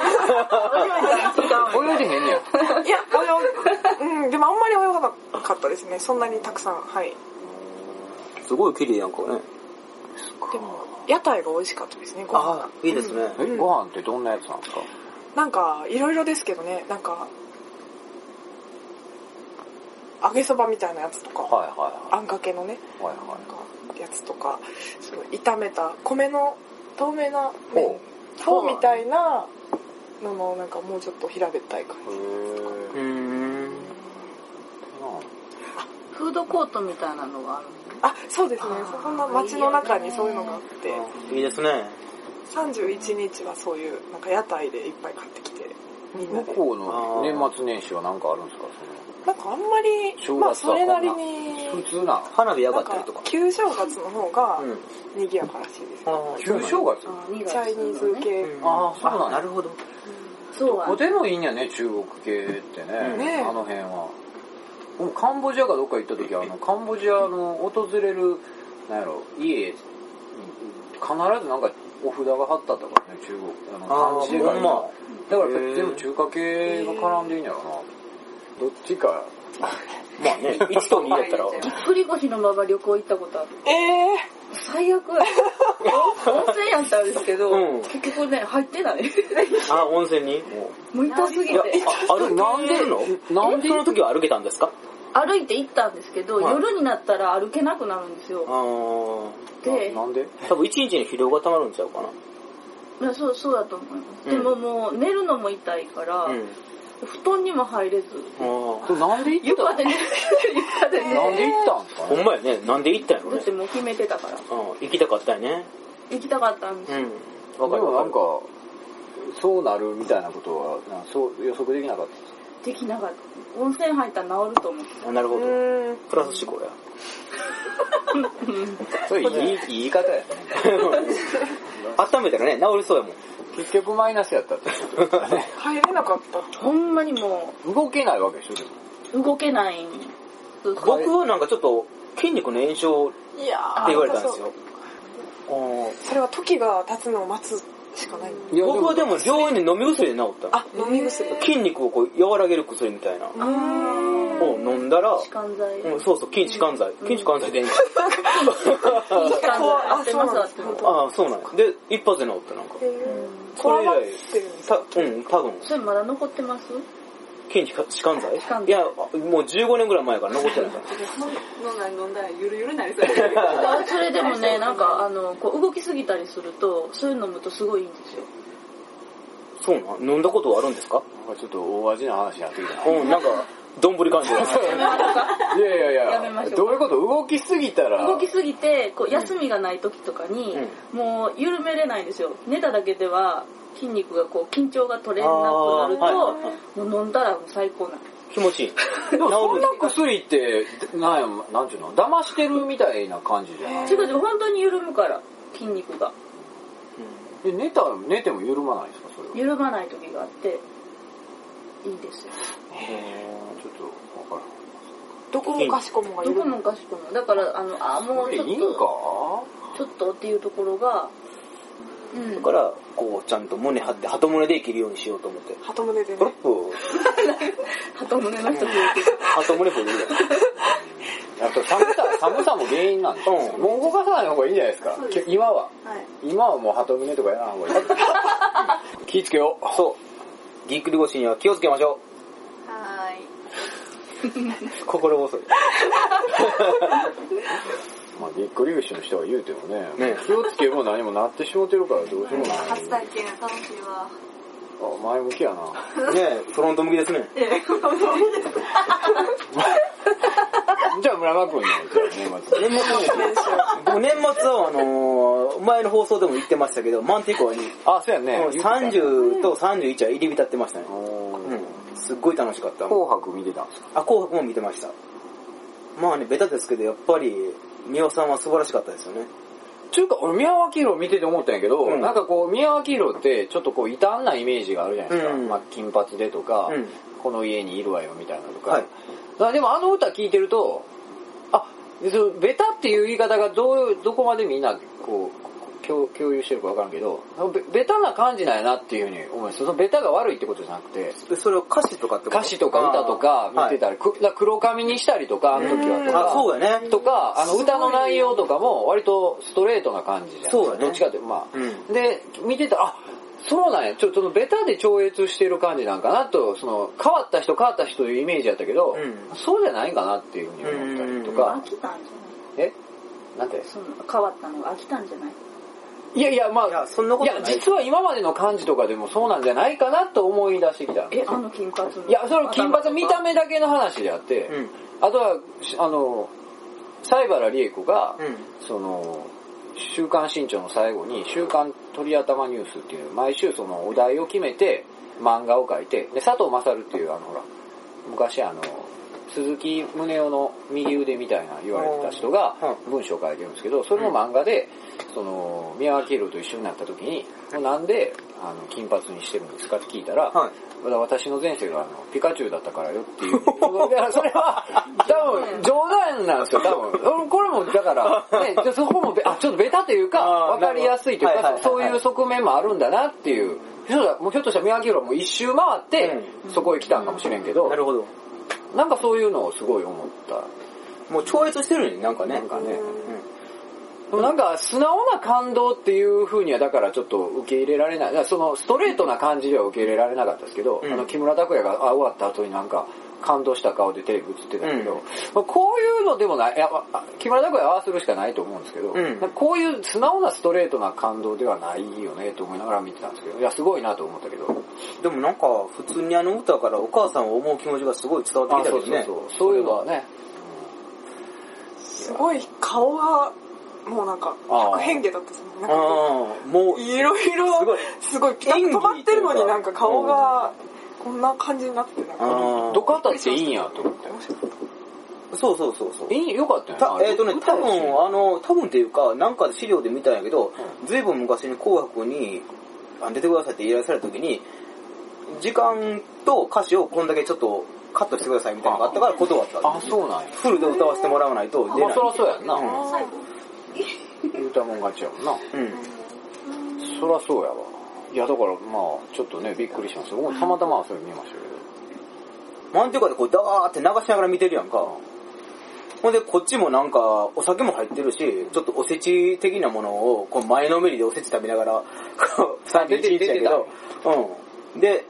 Speaker 3: 泳いでへんねや。
Speaker 2: いや、泳ぐ、うん、でもあんまり泳がなかったですね。そんなにたくさん、はい。
Speaker 1: すごい綺麗やんかね。
Speaker 2: でも、屋台が美味しかったですね、ご飯
Speaker 1: あ
Speaker 2: が。
Speaker 1: あ、いいですね。
Speaker 3: え、ご飯ってどんなやつなんですか
Speaker 2: なんか、いろいろですけどね、なんか、揚げそばみたいなやつとか、
Speaker 3: はいはい
Speaker 2: あんかけのね、
Speaker 3: はい。はい
Speaker 2: なん
Speaker 3: は
Speaker 2: か、やつとか、その炒めた、米の透明な麺
Speaker 3: ほ、
Speaker 2: フォーみたいなのの、なんかもうちょっと平べったい感
Speaker 3: い。へ
Speaker 1: うーん。
Speaker 3: ー
Speaker 4: フードコートみたいなのがある
Speaker 2: じ。あ、そうですね
Speaker 4: あ。ー
Speaker 2: そんな街の中にそういうのがあって、
Speaker 1: いいですね。
Speaker 2: 31日はそういう、なんか屋台でいっぱい買ってきて、みんな
Speaker 3: 向
Speaker 2: で。
Speaker 3: こうの年末年始は何かあるんですか
Speaker 2: なんかあんまり、
Speaker 3: 正月は
Speaker 2: まあそれなり
Speaker 3: こ
Speaker 2: に
Speaker 3: その、普通なの
Speaker 1: 花火やが
Speaker 2: なん
Speaker 1: ったり
Speaker 2: か
Speaker 1: とか。
Speaker 2: 旧正月の方が
Speaker 1: うん。
Speaker 2: 賑やからしいです。
Speaker 1: ああ
Speaker 3: 旧正月
Speaker 4: の
Speaker 2: チャイニーズ系。
Speaker 3: ああ、そう
Speaker 1: あ、
Speaker 3: な
Speaker 1: なんる
Speaker 3: や。
Speaker 1: ほど。
Speaker 4: そう
Speaker 3: おでもいいんやね、中国系ってね。
Speaker 2: ね
Speaker 3: あの辺は。僕カンボジアかどっか行った時は、あの、カンボジアの訪れる、なんやろ、家、必ずなんかお札が貼ってあったからね、中国。
Speaker 1: あー
Speaker 3: 漢字が
Speaker 1: ほんま
Speaker 3: だからやっぱ
Speaker 1: へー
Speaker 3: り全部中華系が絡んでるんやろな。どっちか。
Speaker 1: まあね、1と2やったら、
Speaker 4: ぎっくり腰のまま旅行行ったことある。
Speaker 2: え
Speaker 4: 最悪や。温泉やったんですけど、
Speaker 1: うん
Speaker 4: 結局ね、入ってない。
Speaker 1: あ、温泉に
Speaker 4: もう痛すぎ
Speaker 1: いや、
Speaker 4: て。
Speaker 1: あ歩いてるの
Speaker 3: な
Speaker 1: なんん
Speaker 3: で
Speaker 1: でその時は歩けたんですか
Speaker 4: 歩いて行ったんですけど、
Speaker 1: はい
Speaker 4: 夜になったら歩けなくなるんです
Speaker 1: あ
Speaker 4: よ。
Speaker 1: ー
Speaker 4: で
Speaker 3: な、なんで
Speaker 1: 多分1日に疲労が溜まるんちゃうか
Speaker 4: いやそう、そうだと思いま
Speaker 1: う
Speaker 4: す。
Speaker 1: ん
Speaker 4: でももう寝るのも痛いから、
Speaker 1: な。うん。
Speaker 4: 布団にも入れず、
Speaker 1: あ
Speaker 3: それなんで行っ
Speaker 4: 床で寝て、床で
Speaker 3: た
Speaker 4: 寝
Speaker 3: な
Speaker 4: て
Speaker 3: んで行ったんですか
Speaker 1: あ。
Speaker 3: ね
Speaker 1: ほんまやね、なんで行ったんやろ
Speaker 4: だ
Speaker 1: ね
Speaker 4: って。もう決めてたから。
Speaker 1: うん、行きたかったよね。
Speaker 4: 行きたかったんです
Speaker 1: う
Speaker 4: よ。
Speaker 1: ん。
Speaker 3: で
Speaker 1: わかるわ
Speaker 3: もな
Speaker 1: か
Speaker 3: ん
Speaker 1: る
Speaker 3: か。、そうなるみたいなことは、なんかそう予測できなかったんですか
Speaker 4: できなかった。温泉入ったら治ると思って。
Speaker 1: あなる
Speaker 2: ー、
Speaker 1: ほ
Speaker 2: う
Speaker 1: ど。
Speaker 2: ーん
Speaker 1: プラス思考や。
Speaker 3: それいい言い方やね。
Speaker 1: 温めたらね、治りそうやもん。
Speaker 3: 結局マイナスやったってことだね。
Speaker 2: 入れなかった
Speaker 4: ほんまにも
Speaker 3: 動けないわけでしょ、でも。
Speaker 4: う動けない。
Speaker 1: 僕はなんかちょっと筋肉の炎症って
Speaker 2: いやー
Speaker 1: 言われたんですよ。あー
Speaker 2: それは時が経つのを待つしかない
Speaker 3: いや
Speaker 1: 僕はでも病院で飲み薬で治った
Speaker 2: あ飲み薬
Speaker 1: 筋肉をこう和らげる薬みたいな
Speaker 2: うーん
Speaker 1: を飲んだら、
Speaker 4: 弛緩剤。
Speaker 1: うん、そうそう、筋弛緩剤。筋弛緩剤で いいんか
Speaker 4: 弛緩剤
Speaker 2: 怖い
Speaker 4: 合ってます合
Speaker 2: あ
Speaker 4: って
Speaker 2: そうな
Speaker 4: ま
Speaker 2: んですす
Speaker 1: ああ、そうなんや。で、一発で治ったなんか。そ
Speaker 2: 怖
Speaker 1: れ以
Speaker 2: がっ
Speaker 1: 来
Speaker 2: てるんです
Speaker 1: た
Speaker 2: か
Speaker 1: うん、多分、
Speaker 4: それまだ残ってます
Speaker 1: 筋弛緩弛緩剤
Speaker 4: 緩剤
Speaker 1: いや、もう15年ぐらい前から残ってない から。
Speaker 7: 飲んだら飲んだらゆるゆるなりそうやね
Speaker 4: あそれでもね、なんかあの、こう動きすぎたりすると、そういうの飲むとすごいいいんですよ。
Speaker 1: そうなん飲んだことはあるんですか
Speaker 3: なんかちょっと大味な話になってきたな。
Speaker 1: うん、なんか、どんぶり感じ が。
Speaker 3: いやいやいや、
Speaker 4: やめましょう
Speaker 3: どういうこと動きすぎたら、
Speaker 4: 動きすぎて、こう休みがない時とかに、もう緩めれないんですよ。寝ただけでは筋肉がこう緊張が取れなくなる
Speaker 1: あ
Speaker 4: と、
Speaker 1: ーはいはいは
Speaker 4: もう飲んだらもう最高なんで
Speaker 1: 気持ちいい。
Speaker 3: でも
Speaker 1: 治
Speaker 3: そ
Speaker 1: る
Speaker 3: んな薬って、なんや、なんていうの騙してるみたいな感じじゃない
Speaker 4: す。違う違う、本当に緩むから、筋肉が。
Speaker 3: え寝たら、寝ても緩まないですかそれは。
Speaker 4: 緩まない時があって、いいですよ。
Speaker 3: ちょっと、わか
Speaker 2: どこもかしこもがい
Speaker 4: ど
Speaker 2: る
Speaker 4: こもかしこも。だから、あの、あー、も
Speaker 3: ら。
Speaker 4: うんちょ
Speaker 3: これいい
Speaker 4: っ
Speaker 3: ん
Speaker 4: と、
Speaker 3: か
Speaker 4: ちょっとっていうところが、うん。
Speaker 1: だから、こう、ちゃんと胸張って、鳩胸で生きるようにしようと思 って。
Speaker 2: 鳩胸で
Speaker 1: プロッ
Speaker 2: ね
Speaker 1: プ、
Speaker 4: 鳩胸の人増えてる
Speaker 1: 鳩胸振るやん。
Speaker 3: あと寒 さ、寒さも原因なんですよ、
Speaker 1: うん
Speaker 3: もう動かさない方がいいんじゃないですか。今は。
Speaker 7: はい
Speaker 3: 今はもう鳩胸とかやらない方がいい。気ぃつけよう。そ
Speaker 1: ぎっくり腰には気をつけましょ。
Speaker 7: はーいう
Speaker 1: 心細い。
Speaker 3: う。まあぎっくり腰の人は言うてもね、
Speaker 1: ね
Speaker 3: 気をつけも何もなってしもうてるからどうしようもない。
Speaker 7: 初体験楽しいわ
Speaker 3: あ前向 きやな。
Speaker 1: ねえ、フロント向きですね。
Speaker 3: じゃあ村間君の年末。
Speaker 1: 年末に僕年末をあのー、前の放送でも言ってましたけど、マンティコアに、
Speaker 3: あ、そうやね。
Speaker 1: もう30と31は入り浸ってましたね。
Speaker 3: おー
Speaker 1: うん。すっごい楽しかった。
Speaker 3: 紅白見てたんですか
Speaker 1: あ、紅白も見てました。まあね、ベタですけど、やっぱり、ミオさんは素晴らしかったですよね。
Speaker 3: ちゅうか、俺、宮脇宏見てて思ったんやけど、
Speaker 1: うん
Speaker 3: なんかこう、宮脇宏って、ちょっとこう、異端なイメージがあるじゃないですか。
Speaker 1: うん
Speaker 3: まあ、金髪でとか、
Speaker 1: うん
Speaker 3: この家にいるわよみたいなのとか。
Speaker 1: はい
Speaker 3: だからでも、あの歌聞いてると、あ、別にベタっていう言い方がどう、どこまでみんな、こう、共共有してるかわからんけど、ベベタな感じなんやなっていうふうに思います。そのベタが悪いってことじゃなくて、
Speaker 1: でそれを歌詞とかってこと
Speaker 3: 歌詞とか歌とか見てた
Speaker 1: あ
Speaker 3: ら、くだから黒髪にしたりとか、あの時はと
Speaker 1: ーはい
Speaker 3: か。
Speaker 1: あ、そうやね。
Speaker 3: とか、あの歌の内容とかも割とストレートな感じじゃん。
Speaker 1: そうだね
Speaker 3: どっちかっていうと、まあ。
Speaker 1: う
Speaker 3: で、見てたら、あ、そうなんや。ちょっとそのベタで超越してる感じなんかなと、その変わった人変わった人というイメージやったけど、
Speaker 1: うん
Speaker 3: そうじゃないんかなっていうふうに思ったりと
Speaker 4: 飽
Speaker 3: か、
Speaker 4: きたんじゃ
Speaker 3: えなんて
Speaker 4: ないその変わったのが飽きたんじゃない
Speaker 3: いやいや、まあ、
Speaker 1: いや、そんなこ
Speaker 3: い
Speaker 1: と
Speaker 3: や、
Speaker 1: ない。
Speaker 3: 実は今までの感じとかでもそうなんじゃないかなと思い出してきた。
Speaker 4: え、あの金髪の。
Speaker 3: いや、それは金髪見た目だけの話であって、
Speaker 1: うん。
Speaker 3: あとは、しあの、西原理恵子が、
Speaker 1: うん。
Speaker 3: その、週刊新潮の最後に、週刊鳥頭ニュースっていう、毎週そのお題を決めて、漫画を書いて、で、佐藤勝っていう、あの、ほら、昔あの、鈴木宗男の右腕みたいな言われてた人が
Speaker 1: う
Speaker 3: 文章を書いてるんですけど、それの漫画で、その、宮脇宏と一緒になった時に、もうなんで、あの、金髪にしてるんですかって聞いたら、
Speaker 1: はい
Speaker 3: 私の前世があのピカチュウだったからよっていう。だ からそれは、多分、冗談なんですよ、多分。これも、だから、ね、そこもべ、あ、ちょっとベタというか、
Speaker 1: あー
Speaker 3: わかりやすいとい
Speaker 1: な
Speaker 3: う
Speaker 1: る
Speaker 3: か、
Speaker 1: ほど
Speaker 3: そ
Speaker 1: は
Speaker 3: う
Speaker 1: いはいいは
Speaker 3: う
Speaker 1: い
Speaker 3: 側面もあるんだなっていう。ひょっとしたらもうひょっとしたら宮城はもう一周回って、そこへ来たんかもしれんけど、
Speaker 1: なるほど。
Speaker 3: なんかそういうのをすごい思った。
Speaker 1: もう超越してるね、なんかね。
Speaker 3: なんかね。
Speaker 1: う
Speaker 3: でもなんか素直な感動っていう風にはだからちょっと受け入れられない。だからそのストレートな感じでは受け入れられなかったですけど、
Speaker 1: うん
Speaker 3: あの木村拓哉があ終わった後になんか感動した顔でテレビ映ってたけど、
Speaker 1: うん
Speaker 3: まあこういうのでもない、いやまあ木村拓哉はああするしかないと思うんですけど、
Speaker 1: うん
Speaker 3: なんかこういう素直なストレートな感動ではないよねと思いながら見てたんですけど、いやすごいなと思ったけど、
Speaker 1: んでもなんか、普通にあの歌からお母さんを思う気持ちがすごい伝わって
Speaker 3: あ
Speaker 1: きた
Speaker 3: そう
Speaker 1: けど
Speaker 3: そう
Speaker 1: ね。
Speaker 3: そう、そういうのはね、
Speaker 2: すごい顔がもうなんか
Speaker 3: あ
Speaker 2: 百
Speaker 3: ー
Speaker 2: 変化だったですねなんかこ
Speaker 1: ああ、も
Speaker 2: う
Speaker 1: う、
Speaker 2: いろいろ
Speaker 1: すごい
Speaker 2: すごいピタッと止まってるのに
Speaker 1: 演技というか
Speaker 2: なんか顔がこんな感じになってなんか
Speaker 1: あー
Speaker 3: どかったっていいんやと思って。
Speaker 2: 面白かった
Speaker 1: そうそうそうそう。
Speaker 3: いい、よかったよね
Speaker 1: た
Speaker 3: あれ。
Speaker 1: えっ、とね、
Speaker 3: 歌
Speaker 1: 多
Speaker 3: やし
Speaker 1: 分、あの、多分っていうか、なんか資料で見たんやけど、ずいぶん昔に紅白にあ出てくださいって依頼された時に、時間と歌詞をこんだけちょっとカットしてくださいみたいなのがあったから断った。
Speaker 3: あ、そうなんや。
Speaker 1: フルで歌わせてもらわないと出
Speaker 3: ま
Speaker 1: な
Speaker 3: あ
Speaker 1: い
Speaker 3: そ。らそうやんな。
Speaker 1: うん
Speaker 7: 最後
Speaker 3: 言うたもん勝ちやもんな。
Speaker 1: うん。
Speaker 3: そらそうやわ。いやだからまあちょっとね、びっくりしました。僕もたまたまそれ見ましたけ
Speaker 1: なんていうかでこうダーって流しながら見てるやんか。ほんで、こっちもなんか、お酒も入ってるし、ちょっとおせち的なものを、こう前のめりでおせち食べながら、こう、31日やけど、うん。で、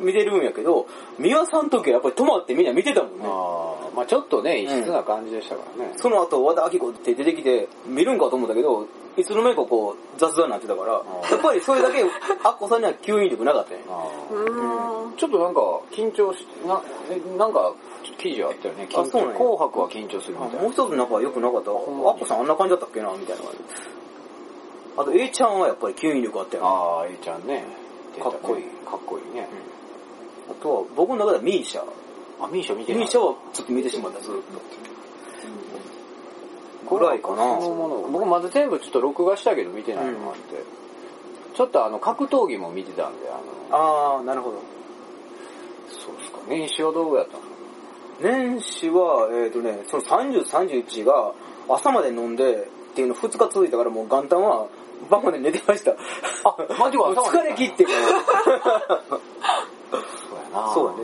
Speaker 1: 見てるんやけど、宮さん時はやっぱり泊まってみんな見てたもん
Speaker 3: ど。
Speaker 1: ね。
Speaker 3: ああ、まあちょっとね、異質な感じでしたからね。
Speaker 1: その後、和田明子って出てきて、見るんかと思ったけど、いつの間にかこう、雑談になってたから、や
Speaker 3: ー
Speaker 1: っぱりそれだけ、アッコさんには吸引力なかったね。
Speaker 3: あー
Speaker 2: うーん
Speaker 3: ちょっとなんか緊張し、な、えなんかちょっと記事あったよね。緊張
Speaker 1: あそうなんや
Speaker 3: 紅白は緊張するみたい
Speaker 1: もう一つなんか良くなかった。ア
Speaker 3: ほんま
Speaker 1: ッコさんあんな感じだったっけなみたいな感じ。あと A ちゃんはやっぱり吸引力あったよ
Speaker 3: な。
Speaker 1: な。あ
Speaker 3: ああ、えいちゃんね。出たね
Speaker 1: かっこいい
Speaker 3: かっこいいね。
Speaker 1: とは僕の中ではミーシャ。
Speaker 3: あ、ミーシャ見てない。
Speaker 1: ミーシャはちょっと見てしまった、ずっと。ぐらいかな。
Speaker 3: そのものを僕まだ全部ちょっと録画したけど見てないのもあって、ちょっとあの格闘技も見てたんであの
Speaker 1: あー、なるほど。
Speaker 3: そうですか年始はどうやったの
Speaker 1: 年始は、えっ、とね、その30、31が朝まで飲んでっていうの2日続いたからもう元旦は晩まで寝てました。
Speaker 3: あマジか
Speaker 1: もう疲れ切ってから。
Speaker 3: そうやな
Speaker 1: そうだね。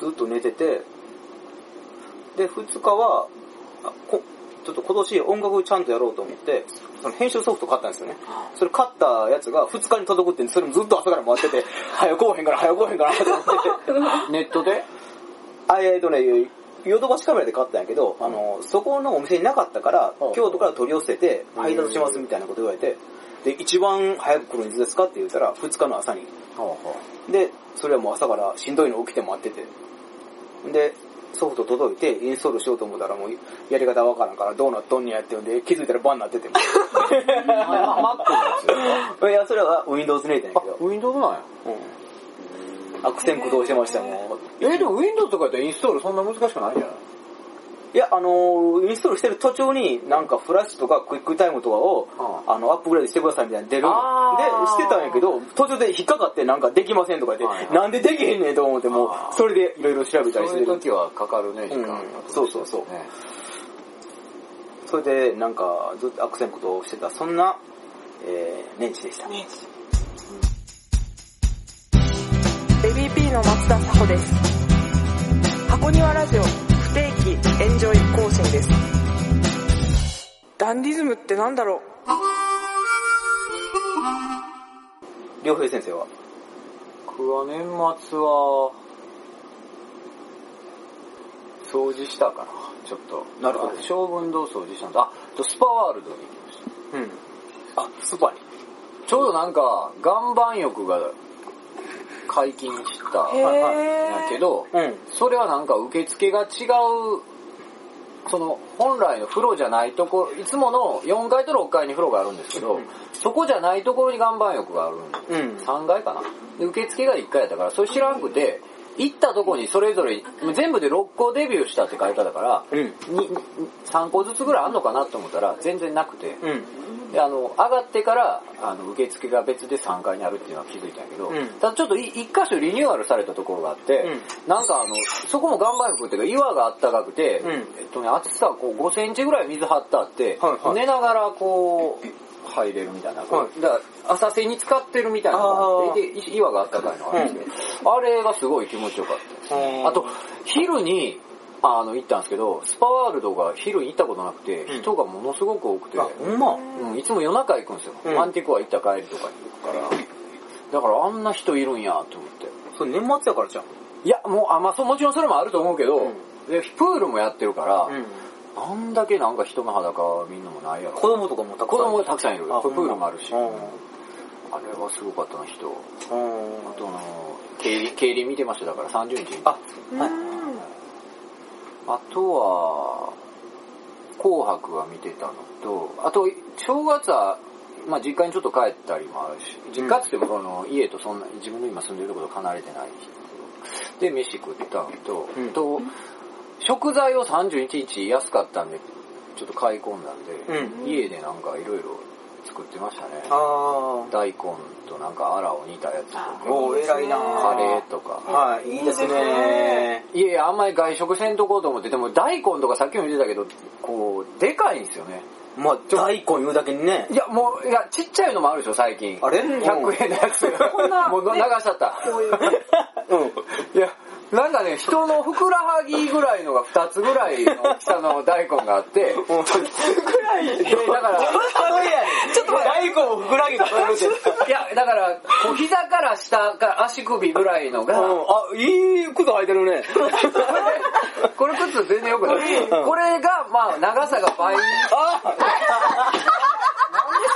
Speaker 1: ずっと寝てて、で、2日は、あこちょっと今年音楽ちゃんとやろうと思って、その編集ソフト買ったんですよね。それ買ったやつが2日に届くって、それもずっと朝から回って て、早こうへんから早こうへんからと思 ってて。
Speaker 3: ネットで
Speaker 1: あ、えっとね、ヨドバシカメラで買ったんやけど、あの、そこのお店になかったから
Speaker 3: うん、
Speaker 1: 京都から取り寄せて、配達しますみたいなこと言われて、で、一番早く来るんですかって言ったら、2日の朝に
Speaker 3: ほうほ
Speaker 1: で、それはもう朝からしんどいの起きて待ってて。で、ソフト届いてインストールしようと思ったらもうやり方わからんからどうなっとんねやってんで気 づいたらバンなってても。
Speaker 3: うあマックのや
Speaker 1: いや、それは Windows ネイテン
Speaker 3: つ
Speaker 1: や
Speaker 3: あ
Speaker 1: けど。
Speaker 3: Windows なんや
Speaker 1: うん。悪戦苦闘してましたも
Speaker 3: えでも Windows とかやったらインストールそんな難しくないんじゃない
Speaker 1: ん。いや、あのーインストールしてる途中になんかフラッシュとかクイックタイムとかを、あの、アップグレードしてくださいみたいなの出る
Speaker 3: あー
Speaker 1: で、してたんやけど、途中で引っかかってなんかできませんとか言
Speaker 3: はい
Speaker 1: っ
Speaker 3: はい
Speaker 1: て、なんでできへんねんと思ってもう
Speaker 3: あー、
Speaker 1: それでいろいろ調べた
Speaker 3: そう
Speaker 1: りして
Speaker 3: いう
Speaker 1: る。
Speaker 3: 時はかかるね時間が、
Speaker 1: うんそうそうそう
Speaker 3: ね
Speaker 1: それでなんかずっと悪戦苦闘をしてたそんな、えー、年始でした
Speaker 2: ねベビーピーの松田紗穂です箱庭ラジオ不定期エンジョイ更新ですダンディズムってなんだろ
Speaker 1: 良平先生は
Speaker 3: 僕は年末は掃除したかなちょっと
Speaker 1: なるほど
Speaker 3: 小分堂掃除したんだああとスパワールドに行きました
Speaker 1: うんあスパに
Speaker 3: ちょうどなんか岩盤浴が解禁した
Speaker 2: うへ
Speaker 1: はいはい
Speaker 3: やけ
Speaker 2: え
Speaker 3: ど
Speaker 1: うん
Speaker 3: それはなんか受付が違うその本来の風呂じゃないところいつもの4階と6階に風呂があるんですけどそこじゃないところに岩盤浴があるんで
Speaker 1: うん
Speaker 3: 3階かなで受付が1階やったからそれ知らんくて行ったとこにそれぞれ、全部で6個デビューしたって書いてあったから、
Speaker 1: うん。
Speaker 3: にに3個ずつぐらいあんのかなと思ったら全然なくて、
Speaker 1: うん。
Speaker 3: であの上がってからあの受付が別で3階にあるっていうのは気づいたんやけど、
Speaker 1: うん
Speaker 3: ただちょっとい一箇所リニューアルされたところがあって、なんかあのそこも岩盤浴っていうか岩があったかくて、
Speaker 1: うん
Speaker 3: えっとね、厚さがこう5センチぐらい水張ってあって、
Speaker 1: はいはい
Speaker 3: 寝ながらこう入れるみたいな、
Speaker 1: はい
Speaker 3: だから浅瀬に使ってるみたいなのがあってでい岩があったかいのがあるんですけど、あれがすごい気持ちよかったです
Speaker 1: うん。
Speaker 3: あと、、昼に、あの、行ったんですけど、スパワールドが昼に行ったことなくて、
Speaker 1: うん
Speaker 3: 人がものすごく多くて、
Speaker 1: あ、ほんま。
Speaker 3: うん、いつも夜中行くんですよ。
Speaker 1: うん
Speaker 3: アンティコア行った帰りとかに行くから、だからあんな人いるんやと思って。
Speaker 1: そう、年末やからじゃん。
Speaker 3: いや、もう、あ、まあ、そう、もちろんそれもあると思うけど、で、プールもやってるから、
Speaker 1: うん。
Speaker 3: あんだけなんか人の裸見んのもないやろ。
Speaker 1: 子供とかもたくさん。
Speaker 3: 子供がたくさんいる。プ
Speaker 1: あほんま
Speaker 3: ールもあるし。
Speaker 1: うん
Speaker 3: あれはすごかったな、人。
Speaker 1: うん。
Speaker 3: あと、あの、経理、経理見てましただから30日に。
Speaker 1: あ、は
Speaker 2: う
Speaker 1: い。
Speaker 2: ん
Speaker 3: あとは、紅白は見てたのと、あと、正月は、まあ実家にちょっと帰ったりもあるし、実家っつってもその家とそんな、自分の今住んでるところと離れてないけどで、飯食ったのと、
Speaker 1: うん
Speaker 3: と、食材を31日安かったんで、ちょっと買い込んだん
Speaker 1: う
Speaker 3: で、
Speaker 1: ん
Speaker 3: 家でなんかいろいろ作ってましたね。
Speaker 1: あ
Speaker 3: 大根となんかアラを煮たやつと
Speaker 1: ー。
Speaker 3: か、
Speaker 1: おー、偉いな
Speaker 3: カレーとか。
Speaker 1: はい、いいですね
Speaker 3: いやいや、あんまり外食せんとこうと思って、でも大根とかさっきも言ってたけど、こう、でかいんですよね。
Speaker 1: まあ大根言うだけにね
Speaker 3: い。や、もう、いや、ちっちゃいのもあるでしょ、最近。
Speaker 1: あれ
Speaker 3: ?100 円のやつ。もう流しちゃった。 いや、なんかね、人のふくらはぎぐらいのが2つぐらいの大きさの大根が あって、
Speaker 1: くらい
Speaker 3: でだから、
Speaker 1: ちょっと大根をふくらはぎが取れるって。
Speaker 3: いや、だから、こう膝から下から足首ぐらいの
Speaker 1: う
Speaker 3: が、
Speaker 1: んあ、いい靴履いてるね。
Speaker 3: これ靴全然よくない。これが、まあ、長さが倍。
Speaker 1: あ
Speaker 3: なんでス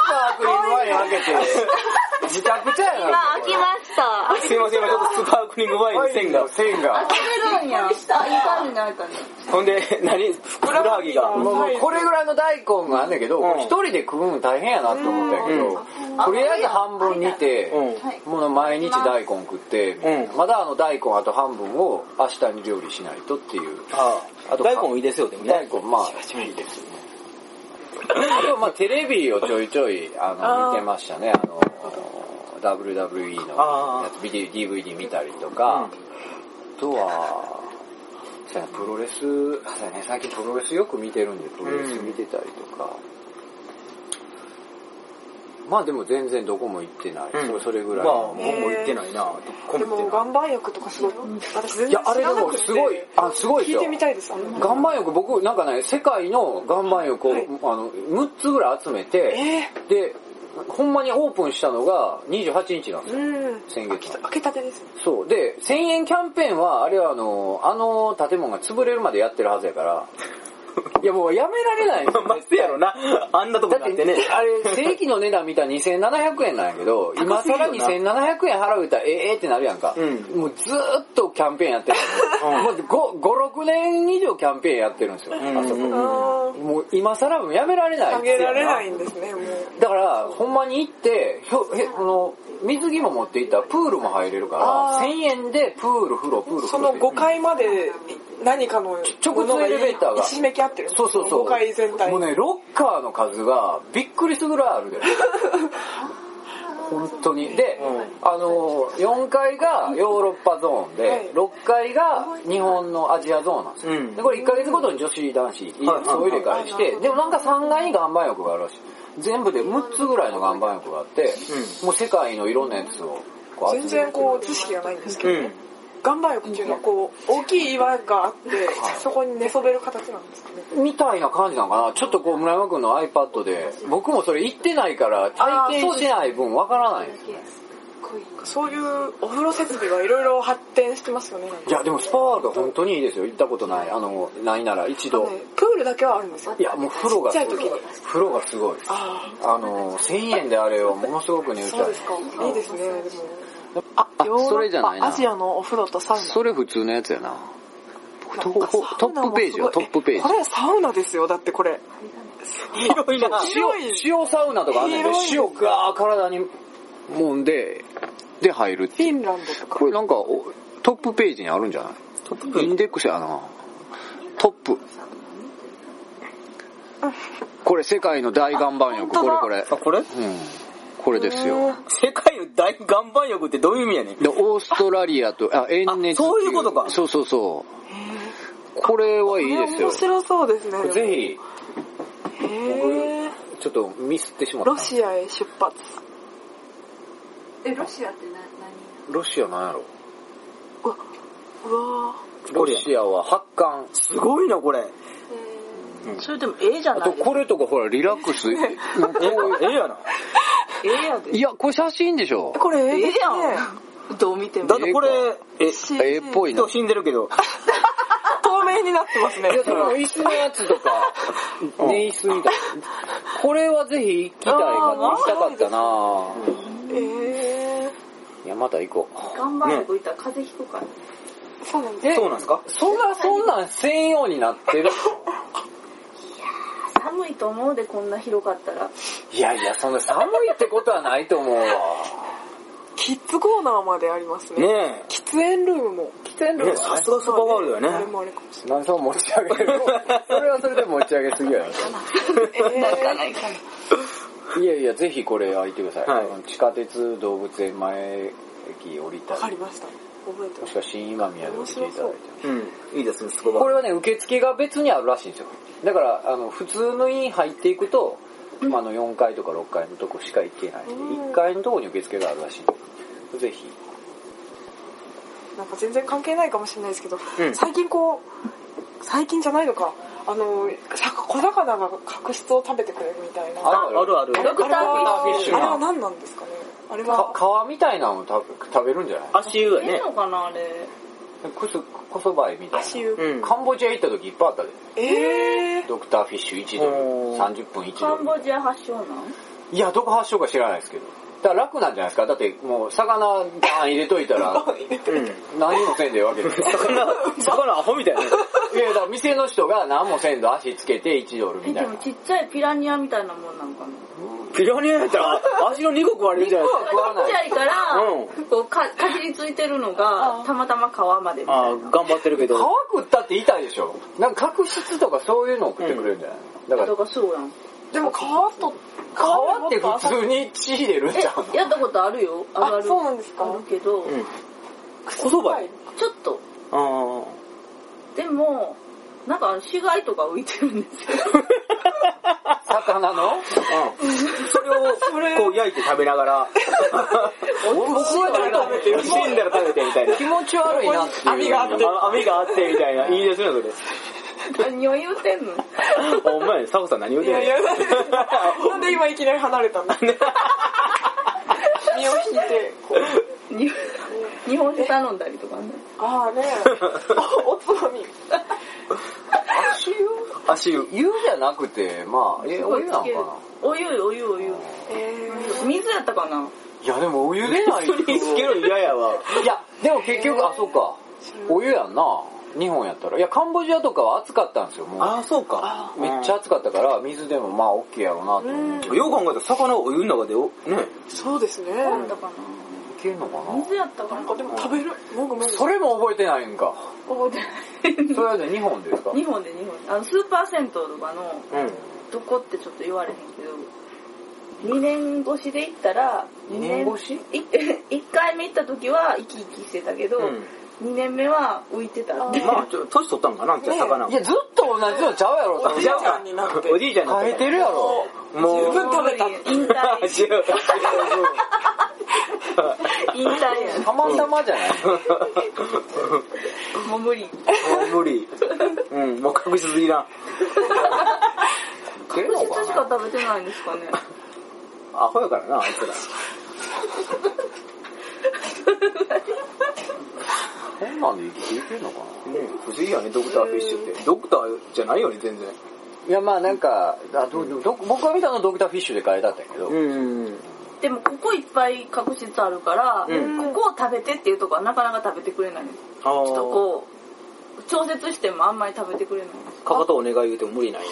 Speaker 3: パークリングワイン開けて、むちゃくちゃやな。
Speaker 8: 開きました。
Speaker 1: すいません、今ちょっとスパークリングワインの線が。
Speaker 3: 線が。
Speaker 4: 開けるんや。あ、いかんになったね。
Speaker 1: ほんで、何ふくらはぎが。
Speaker 3: もうもうこれぐらいの大根があんねんけど、
Speaker 1: うん
Speaker 3: 一人で食うん大変やなって思ったんやけど、とりあえず半分煮て、もう毎日大根食って、
Speaker 1: うん
Speaker 3: まだあの大根あと半分を明日に料理しないとっていう。
Speaker 1: あ
Speaker 3: あと
Speaker 1: 大根いいですよ、でも
Speaker 3: 大
Speaker 1: ね。
Speaker 3: 根、まあ、いいですね。あとまあテレビをちょいちょいあの見てましたね。あの WWE のやつ BD DVD 見たりとか、あとは、そうやなプロレス、そうやね、最近プロレスよく見てるんで、プロレス見てたりとか。まあでも全然どこも行ってない。
Speaker 1: うん
Speaker 3: それそれぐ
Speaker 1: ま
Speaker 3: ら
Speaker 1: あ、
Speaker 3: い。
Speaker 1: 僕も行ってないな。
Speaker 2: でも岩盤浴とかすごい私全
Speaker 3: いや
Speaker 2: 然、
Speaker 3: あ
Speaker 2: 知
Speaker 3: れで
Speaker 2: らな
Speaker 3: も
Speaker 2: くて
Speaker 3: すごい、あ、すごい
Speaker 2: 聞
Speaker 3: です
Speaker 2: い
Speaker 3: よ。
Speaker 2: てみたいですあの
Speaker 3: 岩盤浴、僕、なんかね、世界の岩盤浴を、
Speaker 2: はい
Speaker 3: あの、6つぐらい集めて、
Speaker 2: え
Speaker 3: で、ほんまにオープンしたのが28日なんです
Speaker 2: ー、
Speaker 3: よ、
Speaker 2: うん
Speaker 3: 先月の
Speaker 2: 開けたてです
Speaker 3: そう。で、1000円キャンペーンは、あれはあの、あの建物が潰れるまでやってるはずやから、いやもうやめられないんですよ。
Speaker 1: まあ、せやろな。あんなとこ
Speaker 3: だ
Speaker 1: になっ
Speaker 3: ってて
Speaker 1: ね
Speaker 3: ね。、あれ、正規の値段見たら2700円なんやけど、今更
Speaker 1: 高すぎ
Speaker 3: 2700円払うたらええってなるやんか。
Speaker 1: うん
Speaker 3: もうずーっとキャンペーンやってる
Speaker 1: うん
Speaker 3: もう5、5 6年以上キャンペーンやってるんですよ、
Speaker 1: ん
Speaker 3: あそこ。
Speaker 2: あ
Speaker 3: もう今更もうやめられない。
Speaker 2: あげられないんですねもう
Speaker 3: だから、ほんまに行って、ひょへあの水着も持っていったらプールも入れるから、
Speaker 2: あー
Speaker 3: 1000円でプール、風呂、プール、
Speaker 2: そ
Speaker 3: 風呂
Speaker 2: の
Speaker 3: って
Speaker 2: 5階まで何かの
Speaker 3: 直
Speaker 2: もの
Speaker 3: 通エレベーターが
Speaker 2: ひしめき合ってる
Speaker 3: そうそうそう。
Speaker 2: 5階全体
Speaker 3: もうね、ロッカーの数がびっくりするぐらいあるで。本当に。で、あの、4階がヨーロッパゾーン
Speaker 2: はい
Speaker 3: で、6階が日本のアジアゾーンなんですよ。
Speaker 1: うん
Speaker 3: で、これ1ヶ月ごとに女子、男子、
Speaker 1: はいはい
Speaker 3: 総入れ替えして、でもなんか3階に岩盤浴があるらしい。全部で6つぐらいの岩盤浴があって、もう世界のいろんなやつをこう集め
Speaker 2: 全
Speaker 3: て
Speaker 2: 然こう知識がないんですけ
Speaker 1: う
Speaker 2: ど、
Speaker 1: ん。
Speaker 2: 岩盤浴っていうのはこう大きい岩があって、そこに寝そべる形なんですかね
Speaker 3: みたいな感じなのかなちょっとこう村山くんの iPad で、僕もそれ行ってないから体験してない分わからないんですよね。
Speaker 2: そういうお風呂設備がいろいろ発展してますよねなんか
Speaker 3: いや、でもスパワールド本当にいいですよ。行ったことない。あの、ないなら一度
Speaker 2: ね。プールだけはあるんですよ
Speaker 3: いや、もう風呂が
Speaker 2: ち
Speaker 3: す
Speaker 2: っちゃい時
Speaker 3: ごい
Speaker 2: に。
Speaker 3: 風呂がすごい。
Speaker 2: あ
Speaker 3: あの、1000円であれをものすごく値打ち
Speaker 2: そうですかいいですねでもあ
Speaker 3: あ
Speaker 2: ヨーロッパ
Speaker 3: それじゃないな
Speaker 2: アジアのお風呂とサウナ
Speaker 3: れ普通のやつやな。ト
Speaker 2: サウナもすごいこれサウナですよだってこれ
Speaker 1: 広いな。
Speaker 2: 広い
Speaker 3: 塩、塩サウナとかあんねんで、
Speaker 2: 広い
Speaker 3: 塩が体に揉んで、で入るっていう
Speaker 2: フィンランドとか
Speaker 3: れなんかおトップページにあるんじゃな
Speaker 1: トップ
Speaker 3: いイン
Speaker 1: ペ
Speaker 3: デックスやなトップこれ世界の大岩盤浴これこれ
Speaker 1: あ、これ
Speaker 3: うんこれですよ
Speaker 1: 世界の大岩盤浴ってどういう意味やねん。
Speaker 3: でオーストラリアとあ遠熱って
Speaker 1: あそういうことか
Speaker 3: そうそうそうこれはいいですよ
Speaker 2: 面白そうですね。
Speaker 3: ぜひ
Speaker 2: ひ。へー
Speaker 3: ちょっとミスってしまった
Speaker 2: ロシアへ出発。
Speaker 7: え、ロシアってな、
Speaker 3: ロシアなんやろ
Speaker 2: うわ、うわ
Speaker 3: ロシアは発汗
Speaker 1: すごいな、これ。
Speaker 4: それでもええじゃ
Speaker 3: あ
Speaker 4: ない
Speaker 3: とこれとかほらリラックスなんか
Speaker 1: えええやな。
Speaker 4: ええやで
Speaker 3: いやこれ写真でしょ
Speaker 2: ーこれ
Speaker 4: ええ
Speaker 2: 英語
Speaker 4: や
Speaker 2: ね。
Speaker 4: んどう見ても
Speaker 1: だってこれ、え、
Speaker 2: し
Speaker 3: 絵っぽいな
Speaker 1: 人死んでるけど、
Speaker 2: 透明になってますね。
Speaker 3: 椅子のやつとか 寝椅子みたいなこれはぜひ行きたいかな
Speaker 2: あー
Speaker 3: 行きたかったな
Speaker 2: え
Speaker 3: いやまた行こう
Speaker 4: 頑張ってこいたら風邪ひくから
Speaker 2: ー、そうなんです。
Speaker 3: え
Speaker 1: そうなんですか
Speaker 3: そんなそんなん専用になってる
Speaker 4: 寒いと思うでこんな広かっ たら
Speaker 3: いやいやそんな寒いってことはないと思うわ
Speaker 2: キッズコーナーまでありますね。
Speaker 1: ね
Speaker 2: 喫煙ルームも。喫煙
Speaker 1: え。ねえさすがスーパーワールド
Speaker 2: あ
Speaker 1: や
Speaker 2: れ
Speaker 1: ね。
Speaker 2: もあれかもし
Speaker 3: 何その持ち上げ るそれはそれで持ち上げすぎやろ
Speaker 2: れない。えー
Speaker 4: ないかない
Speaker 3: いやいやぜひこれ開いてください、
Speaker 1: はい
Speaker 3: 地下鉄動物園前駅降りた
Speaker 2: わか
Speaker 3: り
Speaker 2: りました。覚えて
Speaker 3: も
Speaker 2: ま
Speaker 3: し
Speaker 2: す。
Speaker 3: くは新今宮で降りていただいて
Speaker 1: うん。いいですね、スーパー
Speaker 3: こ
Speaker 1: ワー
Speaker 3: れはね、受付が別にあるらしいんですよ。だから、あの、普通のに入っていくと、まあ、あの、4階とか6階のとこしか行けないんで、
Speaker 2: うん
Speaker 3: 1階のとこに受付があるらしい。ぜひ。
Speaker 2: なんか全然関係ないかもしれないですけど、
Speaker 1: うん
Speaker 2: 最近こう、最近じゃないのか、あの、さ小魚が角質を食べてくれるみたいな。
Speaker 3: あ
Speaker 1: ド。あるある。
Speaker 4: ドクターフィッシ
Speaker 3: ュ
Speaker 2: あれは何なんですかねあれは、
Speaker 3: か皮みたいなのを食べ食べるんじゃない
Speaker 1: 足湯や
Speaker 4: ええ
Speaker 1: ね。
Speaker 4: のかなあれ
Speaker 3: こそ、こそばいみたい
Speaker 2: 足
Speaker 3: な。
Speaker 2: 湯。
Speaker 1: うん。
Speaker 3: カンボジア行った時いっぱいあったで。
Speaker 2: えー、
Speaker 3: ドクターフィッシュ1ドル
Speaker 1: お、ー
Speaker 3: 30分1
Speaker 4: カ
Speaker 3: ド
Speaker 4: ン
Speaker 3: ル。
Speaker 4: ボジア発祥なん
Speaker 3: いや、どこ発祥か知らないですけど。だから楽なんじゃないですかだってもう魚バーン入れといたら
Speaker 1: うん。
Speaker 3: 何もせんでええわけ ですよ。
Speaker 1: 魚、魚アホみたいな。
Speaker 3: いや、だから店の人が何もせんと足つけて1ドル
Speaker 4: え
Speaker 3: みた
Speaker 4: で
Speaker 3: いな
Speaker 4: も。ちっちゃいピラニアみたいなもんなんかな
Speaker 1: ピラニアやったら、足の2個食われるじゃないですか。
Speaker 3: 食わない
Speaker 4: ちっちゃいから、
Speaker 1: う
Speaker 4: こうかかじりついてるのがたまたま皮までみ
Speaker 1: あ
Speaker 4: たい
Speaker 1: あ、
Speaker 4: な
Speaker 1: 頑張ってるけ
Speaker 3: 皮
Speaker 1: ど。
Speaker 3: 食ったって痛いでしょなんか角質とかそういうの送ってくれるんじゃない、だから
Speaker 4: だからそうやん
Speaker 2: でも皮と、
Speaker 3: 皮って
Speaker 2: もと
Speaker 3: 普通に血入れるんちゃう
Speaker 4: え やったことあるよあるあ
Speaker 2: あ、
Speaker 4: る
Speaker 2: そうなんですか
Speaker 4: あるけど、
Speaker 1: うん。
Speaker 2: 口
Speaker 1: そば
Speaker 2: い
Speaker 1: や
Speaker 4: ちょっと
Speaker 1: ああ。
Speaker 4: でもなんか死骸とか浮いてるんですよ
Speaker 3: 魚の
Speaker 1: それを、こう焼いて食べながら、
Speaker 3: 僕はちょっと
Speaker 1: 死んだら食べてみたいな。
Speaker 3: 気持ち悪いなって
Speaker 2: 網
Speaker 3: いう
Speaker 2: があって
Speaker 1: あ網があってみたいな。いいですね、それ。
Speaker 4: 何を言うてんの
Speaker 1: お前、サコさん何を
Speaker 2: い
Speaker 1: 言う
Speaker 2: や
Speaker 1: て
Speaker 2: い
Speaker 1: ん
Speaker 2: や、
Speaker 1: の
Speaker 2: なんで今いきなり離れたんですか身を引いて、こう
Speaker 4: に日本酒頼んだりとかね
Speaker 2: ああね、おおつまみ。
Speaker 3: 足湯
Speaker 1: 足湯。
Speaker 3: 湯じゃなくてまあえお湯なのかな
Speaker 4: お湯お湯お湯
Speaker 2: えー
Speaker 4: 水やったかない
Speaker 3: やでもお湯でないと
Speaker 1: 見つけるの嫌やわ。
Speaker 3: いやでも結局あそうかお湯やんな日本やったらいやカンボジアとかは暑かったんですよも
Speaker 1: ああ、そうか。
Speaker 3: うめっちゃ暑かったから水でもまあ OK やろうなと思うけど
Speaker 1: うん。よう考えたら、魚をお湯の中でお、ね。
Speaker 2: そうですね。
Speaker 4: やったか
Speaker 3: いけるのか
Speaker 4: な
Speaker 3: な
Speaker 4: 水やったか
Speaker 2: なん
Speaker 4: な
Speaker 2: かでも食べる、もぐもぐ。
Speaker 3: それも覚えてないんか
Speaker 4: 覚えて
Speaker 3: それはね日本ですか
Speaker 4: ない日本で日本であのスーパー銭湯とかの
Speaker 1: うん。
Speaker 4: どこってちょっと言われへんけど2年越しで行ったら
Speaker 3: 二年越し
Speaker 4: 1回目行った時は生き生きしてたけど、2年目は浮いてたって
Speaker 1: まあ、ちょ年取ったんかな、じゃあ魚
Speaker 3: い。や、ずっと同じのちゃうやろ、
Speaker 2: お
Speaker 3: 多
Speaker 2: じい
Speaker 3: 分
Speaker 2: ちゃんになって。
Speaker 1: おじいちゃんにな
Speaker 3: 変えてるやろ。
Speaker 1: もう。
Speaker 2: 十分食べた。
Speaker 4: 引退
Speaker 1: 違う、違う。
Speaker 4: 引退や
Speaker 3: たまたまじゃない
Speaker 4: もう無理
Speaker 1: もう無理。うん、もう確実すぎな。
Speaker 3: 食える
Speaker 4: 物
Speaker 3: の
Speaker 4: 質し
Speaker 3: か
Speaker 4: か
Speaker 3: な
Speaker 4: 食べてないんですかね
Speaker 1: アホやからな、あいつら。
Speaker 3: こんなんで生きていけるのかな
Speaker 1: ね不思議やね、ドクターフィッシュって。ドクターじゃないよね、全然。
Speaker 3: いや、まあなんか、あどど僕が見たのはドクターフィッシュで変えたんだけど、
Speaker 1: うん。
Speaker 4: でもここいっぱい角質あるから、
Speaker 1: うん
Speaker 4: ここを食べてっていうとこはなかなか食べてくれないんです
Speaker 1: あ
Speaker 4: ちょっと
Speaker 1: ー
Speaker 4: こう調節してもあんまり食べてくれないんです
Speaker 1: かかとお願い言うても無理なんや。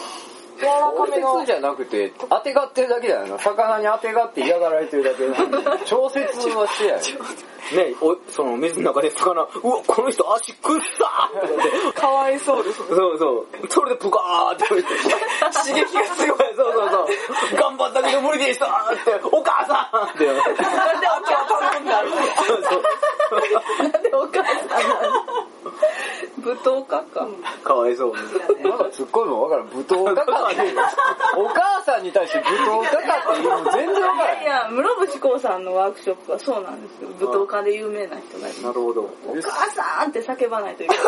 Speaker 2: 柔らか
Speaker 3: 小
Speaker 2: めの
Speaker 3: 説じゃなくて、当てがってるだけじゃないの。魚に当てがって嫌がられてるだけなのに。調節はして ない。
Speaker 1: ねお、その水の中で魚、うわ、この人足くっさーってなって、
Speaker 2: かわいそ うですね
Speaker 1: そうそう。それでプカーって。刺激がすごい。 そうそうそう。頑張ったけど無理でしたーって。 お母さんって。
Speaker 4: なんでお母さんなんだろ
Speaker 1: そうそう
Speaker 4: なんでお母さんなんだろう舞踏家か。
Speaker 1: う。かわいそう。
Speaker 3: なんか突っ込むの分からん。武闘家かっていう。お母さんに対して武闘家かっていうの全然分
Speaker 4: い
Speaker 3: から
Speaker 4: や
Speaker 3: ん
Speaker 4: い。や、室伏光さんのワークショップはそうなんですよ。舞踏家で有名な人
Speaker 1: な
Speaker 4: がいま
Speaker 1: る
Speaker 4: す。
Speaker 1: ほど。
Speaker 4: お母さんって叫ばないといけない。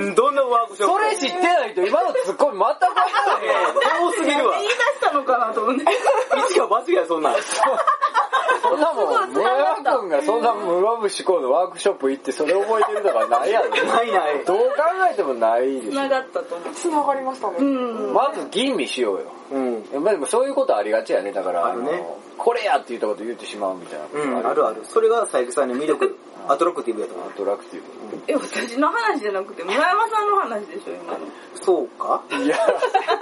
Speaker 1: うんどんなワークショッ
Speaker 3: そ
Speaker 1: プ
Speaker 3: れ知ってないと今の突っ込み全く分からへん。
Speaker 1: 多すぎるわ
Speaker 4: 言い。出したのかなと思って。
Speaker 1: 一が罰や、そんなん。
Speaker 3: そんなもん、
Speaker 4: すごい
Speaker 3: 村
Speaker 4: 繋がった
Speaker 3: 山くんがそんな室伏講のワークショップ行ってそれ覚えてるとかないやろ。
Speaker 1: ないない。
Speaker 3: どう考えてもないでし
Speaker 4: 繋がったと思う。
Speaker 2: つながりましたね、
Speaker 4: うん
Speaker 3: ょ。。まず吟味しようよ。
Speaker 1: うん。
Speaker 3: まあでもそういうことありがちやね。だから、
Speaker 1: あ
Speaker 3: あ
Speaker 1: る
Speaker 3: の
Speaker 1: ね、
Speaker 3: これやって言ったこと言ってしまうみたいなこと
Speaker 1: うん、あるある。それが佐伯さんの魅力、アトラクティブやと思
Speaker 3: ア
Speaker 1: う。
Speaker 3: トラクティ
Speaker 4: え、私の話じゃなくて、村山さんの話でしょ、今の。
Speaker 1: そうか
Speaker 3: ブ。いや、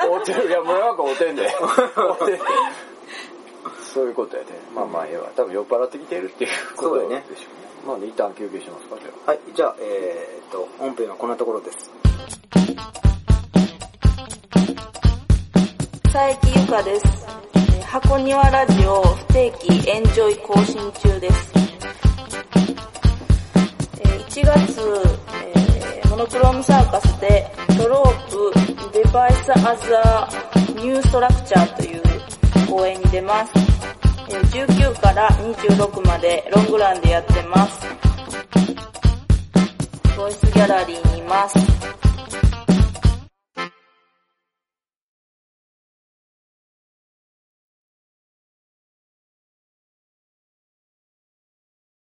Speaker 3: おてる、いや、村山くんおてんで。 おてんで。そういうことやね。まあまあ、ええわ。多分酔っ払ってきてるっていうこと
Speaker 1: そう
Speaker 3: でし
Speaker 1: や
Speaker 3: ょう
Speaker 1: ね
Speaker 3: ね。まあね、一旦休憩しますか、じゃあ。
Speaker 1: はい、じゃあ、えーっと、本編はこんなところです。
Speaker 4: 佐伯ゆかです。えー箱庭ラジオ不定期エンジョイ更新中です。えー1月、えーモノクロームサーカスでトロープデバイスアザーニューストラクチャーという公演に出ます。えー19から26までロングランでやってます。ボイスギャラリーにいます。